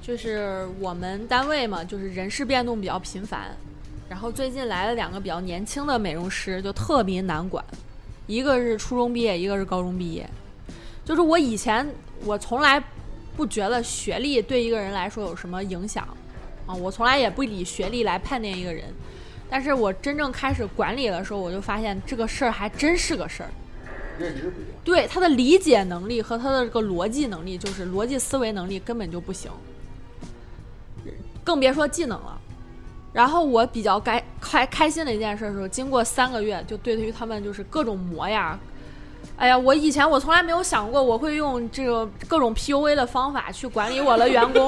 D: 就是我们单位嘛，就是人事变动比较频繁，然后最近来了两个比较年轻的美容师，就特别难管，一个是初中毕业，一个是高中毕业。就是我以前我从来不觉得学历对一个人来说有什么影响啊，我从来也不以学历来判定一个人，但是我真正开始管理的时候，我就发现这个事儿还真是个事儿。对他的理解能力和他的这个逻辑能力，就是逻辑思维能力根本就不行，更别说技能了。然后我比较该开开心的一件事是，经过三个月，就对于他们就是各种磨呀，哎呀，我以前我从来没有想过我会用这个各种 PUA 的方法去管理我的员工。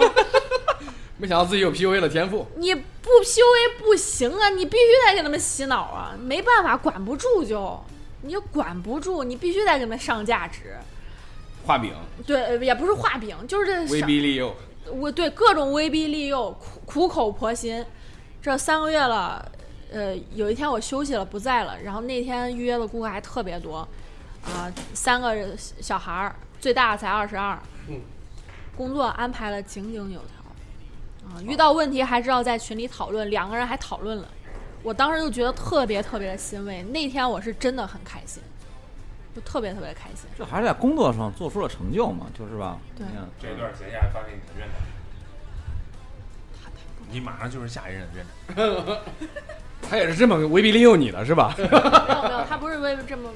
A: 没想到自己有 PUA 的天赋，
D: 你不 PUA 不行啊，你必须得给他们洗脑啊，没办法，管不住就，你就管不住，你必须得给他们上价值。
A: 画饼，
D: 对，呃也不是画饼，就是这
A: 威
D: 小
A: 逼利诱，
D: 我对各种威逼利诱，苦苦口婆心。这三个月了，呃，有一天我休息了，不在了，然后那天预约的顾客还特别多，啊、三个人小孩儿，最大的才二十二，工作安排的井井有条，啊、遇到问题还知道在群里讨论，两个人还讨论了，我当时就觉得特别特别的欣慰。那天我是真的很开心，就特别特别开心。
F: 这还是在工作上做出了成就嘛，就是吧？
D: 对
F: 你看
G: 这段闲下来发给你的院长，你马上就是下一任院长。
A: 他也是这么威逼利诱你的是 吧？
D: 没有没有，他不是为了这么。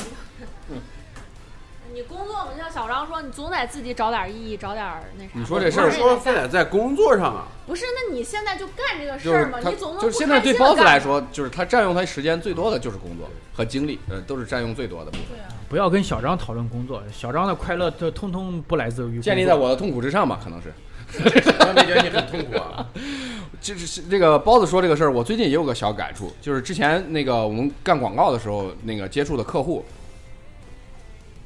D: 你工作嘛，就像小张说，你总得自己找点意义，找点那啥。
A: 你说这事儿
D: 不是
B: 说非得在工作上啊，
D: 不是？那你现在就干这个事
A: 就是
D: 儿嘛？
A: 他
D: 你总能
A: 就是
D: 不
A: 现在
D: 开心
A: 对
D: 地
A: 包子
D: 干
A: 来，说，就是他占用他时间最多的就是工作和精力，呃，都是占用最多的部分，
C: 不要跟小张讨论工作，小张的快乐就通通不来自于工作
A: 建立在我的痛苦之上吧，可能是。
B: 我没觉得你很痛苦啊。
A: 就是是这个包子说这个事儿，我最近也有个小感触，就是之前那个我们干广告的时候，那个接触的客户，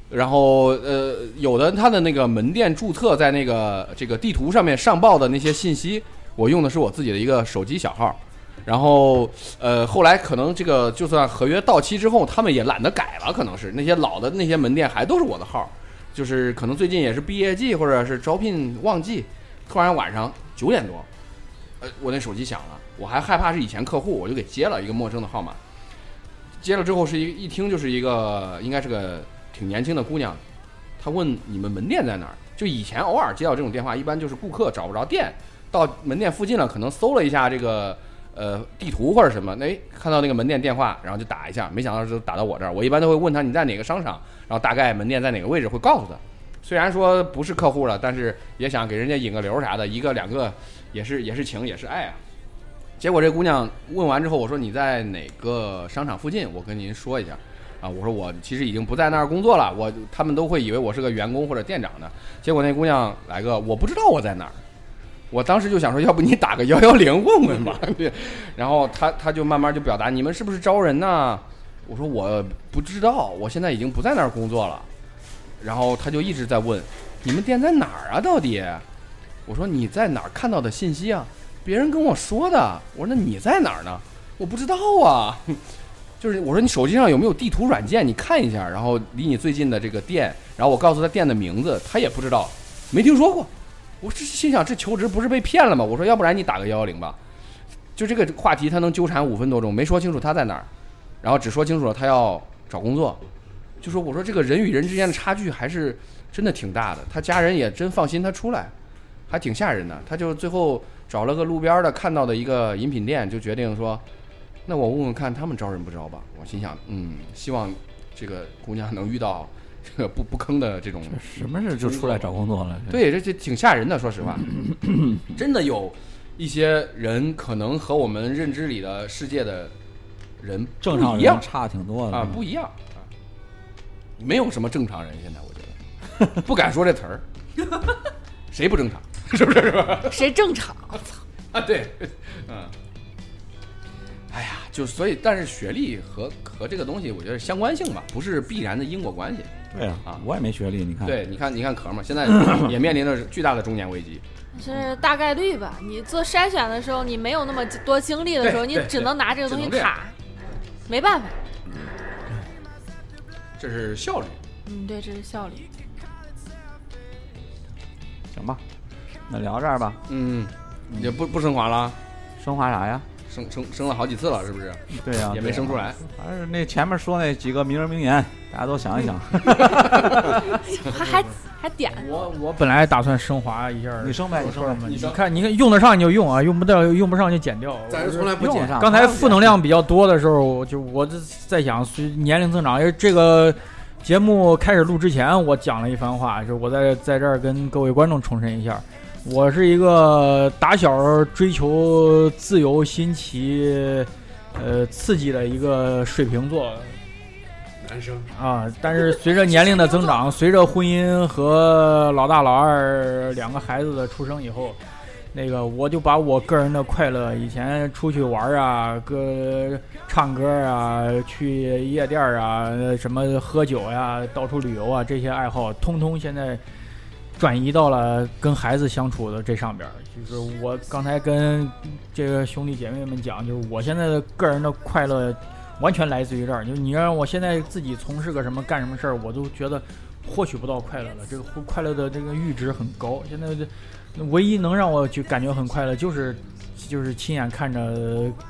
A: 然后呃，有的他的那个门店注册在那个这个地图上面上报的那些信息，我用的是我自己的一个手机小号，然后呃，后来可能这个就算合约到期之后，他们也懒得改了，可能是那些老的那些门店还都是我的号，就是可能最近也是毕业季或者是招聘旺季，突然晚上九点多。呃，我那手机响了，我还害怕是以前客户，我就给接了一个陌生的号码。接了之后是一一听就是一个应该是个挺年轻的姑娘，她问你们门店在哪儿？就以前偶尔接到这种电话，一般就是顾客找不着店，到门店附近了，可能搜了一下这个呃地图或者什么，哎看到那个门店电话，然后就打一下，没想到就打到我这儿。我一般都会问他你在哪个商场，然后大概门店在哪个位置会告诉他。虽然说不是客户了，但是也想给人家引个流啥的，一个两个也是也是情也是爱啊。结果这姑娘问完之后，我说你在哪个商场附近？我跟您说一下。啊，我说我其实已经不在那儿工作了，我他们都会以为我是个员工或者店长的。结果那姑娘来个我不知道我在哪儿，我当时就想说，要不你打个幺幺零问问吧。 对然后她她就慢慢就表达你们是不是招人呢？我说我不知道，我现在已经不在那儿工作了。然后她就一直在问你们店在哪儿啊？到底？我说你在哪儿看到的信息啊？别人跟我说的。我说那你在哪儿呢？我不知道啊。 就是我说你手机上有没有地图软件？你看一下，然后离你最近的这个店，然后我告诉他店的名字，他也不知道，没听说过。我这心想这求职不是被骗了吗？我说要不然你打个幺幺零吧。就这个话题，他能纠缠五分多钟，没说清楚他在哪儿，然后只说清楚了他要找工作。就说我说这个人与人之间的差距还是真的挺大的，他家人也真放心他出来。还挺吓人的。他就最后找了个路边儿的看到的一个饮品店，就决定说，那我问问看他们招人不招吧。我心想，嗯，希望这个姑娘能遇到这个不不坑的这种。
F: 什么事就出来找工作了？
A: 对，这这挺吓人的，说实 话，真的有一些人可能和我们认知里的世界的人不
F: 正常
A: 一样
F: 人差挺多的
A: 啊，不一样啊，没有什么正常人，现在我觉 得不敢说这词儿，谁不正常？是不是？是吧？
D: 谁正常？
A: 啊，对，嗯，哎呀，就所以，但是学历和和这个东西，我觉得相关性吧，不是必然的因果关系。
F: 对
A: 啊
F: 啊，我也没学历，你看，
A: 对，你看，你看壳嘛，现在也面临着巨大的中年危机。
D: 是大概率吧。你做筛选的时候，你没有那么多精力的时候，
A: 对
D: 你
A: 对
D: 只能拿这个东西
A: 只能这样
D: 卡，没办法。
A: 这是效率。
D: 嗯，对，这是效率。
F: 行吧，那聊到这儿吧，
A: 嗯，也不不升华了，
F: 升华啥呀？
A: 升升升了好几次了，是不是？
F: 啊对呀、
A: 也没
F: 升
A: 升出。来。
F: 还是那前面说那几个名人名言，大家都想一想。
D: 还还还点
C: 我我本来打算升华一下儿，
F: 你升呗
C: 我
F: 你升
C: 说
F: 呗
C: 什么
A: 你
C: 你
A: 升
C: 看，你看用得上你就用啊，用不到用不上就减掉。
B: 咱是从来 不
F: 用
B: 减
F: 得上
C: 刚才负能量比较多的时候，我就我就在想，随年龄增长，因为这个节目开始录之前，我讲了一番话，就是我在在这儿跟各位观众重申一下，我是一个打小追求自由、新奇、呃刺激的一个水瓶座，
B: 男生
C: 啊，但是随着年龄的增长，随着婚姻和老大老二两个孩子的出生以后，那个我就把我个人的快乐，以前出去玩啊，歌唱歌啊，去夜店啊，什么喝酒呀、到处旅游啊，这些爱好，通通现在转移到了跟孩子相处的这上边儿。就是我刚才跟这个兄弟姐妹们讲，就是我现在的个人的快乐完全来自于这儿。就是你让我现在自己从事个什么干什么事儿，我都觉得获取不到快乐了。这个快乐的这个阈值很高，现在这唯一能让我就感觉很快乐，就是就是亲眼看着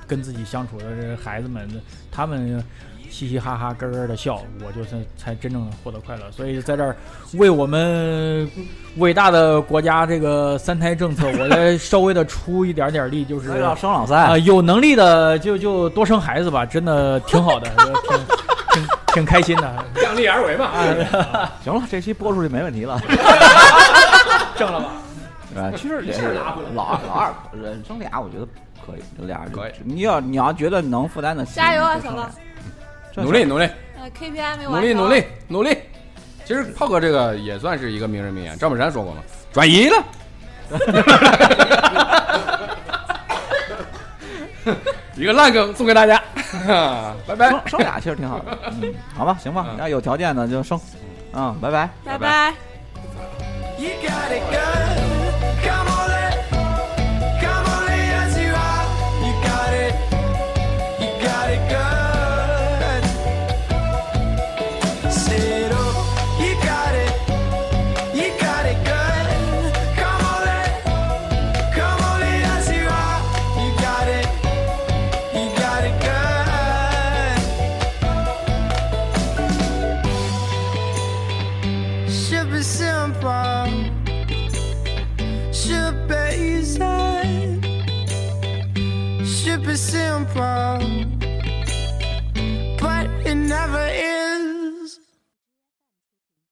C: 跟自己相处的这孩子们，他们。嘻嘻哈哈、咯咯的笑，我就才才真正获得快乐。所以在这儿，为我们伟大的国家这个三胎政策，我再稍微的出一点点力， 就是
F: 要升朗
C: 啊、
F: 赛，
C: 有能力的就就多生孩子吧，真的挺好的，挺挺挺开心的，
A: 量力而为嘛。
F: 行了，这期播出去没问题 了，
C: 挣了吧？
F: 是吧？其实也是老二老二人生俩，我觉得可以，这俩人
A: 可以。
F: 你要你要觉得能负担得起，
D: 加油啊
F: 你就生
D: 小
F: 俩
D: 浪！
F: 这
A: 努力努力
D: 呃 KPI 没
A: 努
D: 完成
A: 力努力努力。其实炮哥这个也算是一个名人名言，赵本山说过嘛，转移了。一个烂梗送给大家，拜拜。
F: 生生俩其实挺好的，嗯，好吧，行吧，
A: 嗯
F: 那有条件的就生，嗯，拜拜。
D: 拜
A: 拜
D: 拜
H: You got it, girl. Come on,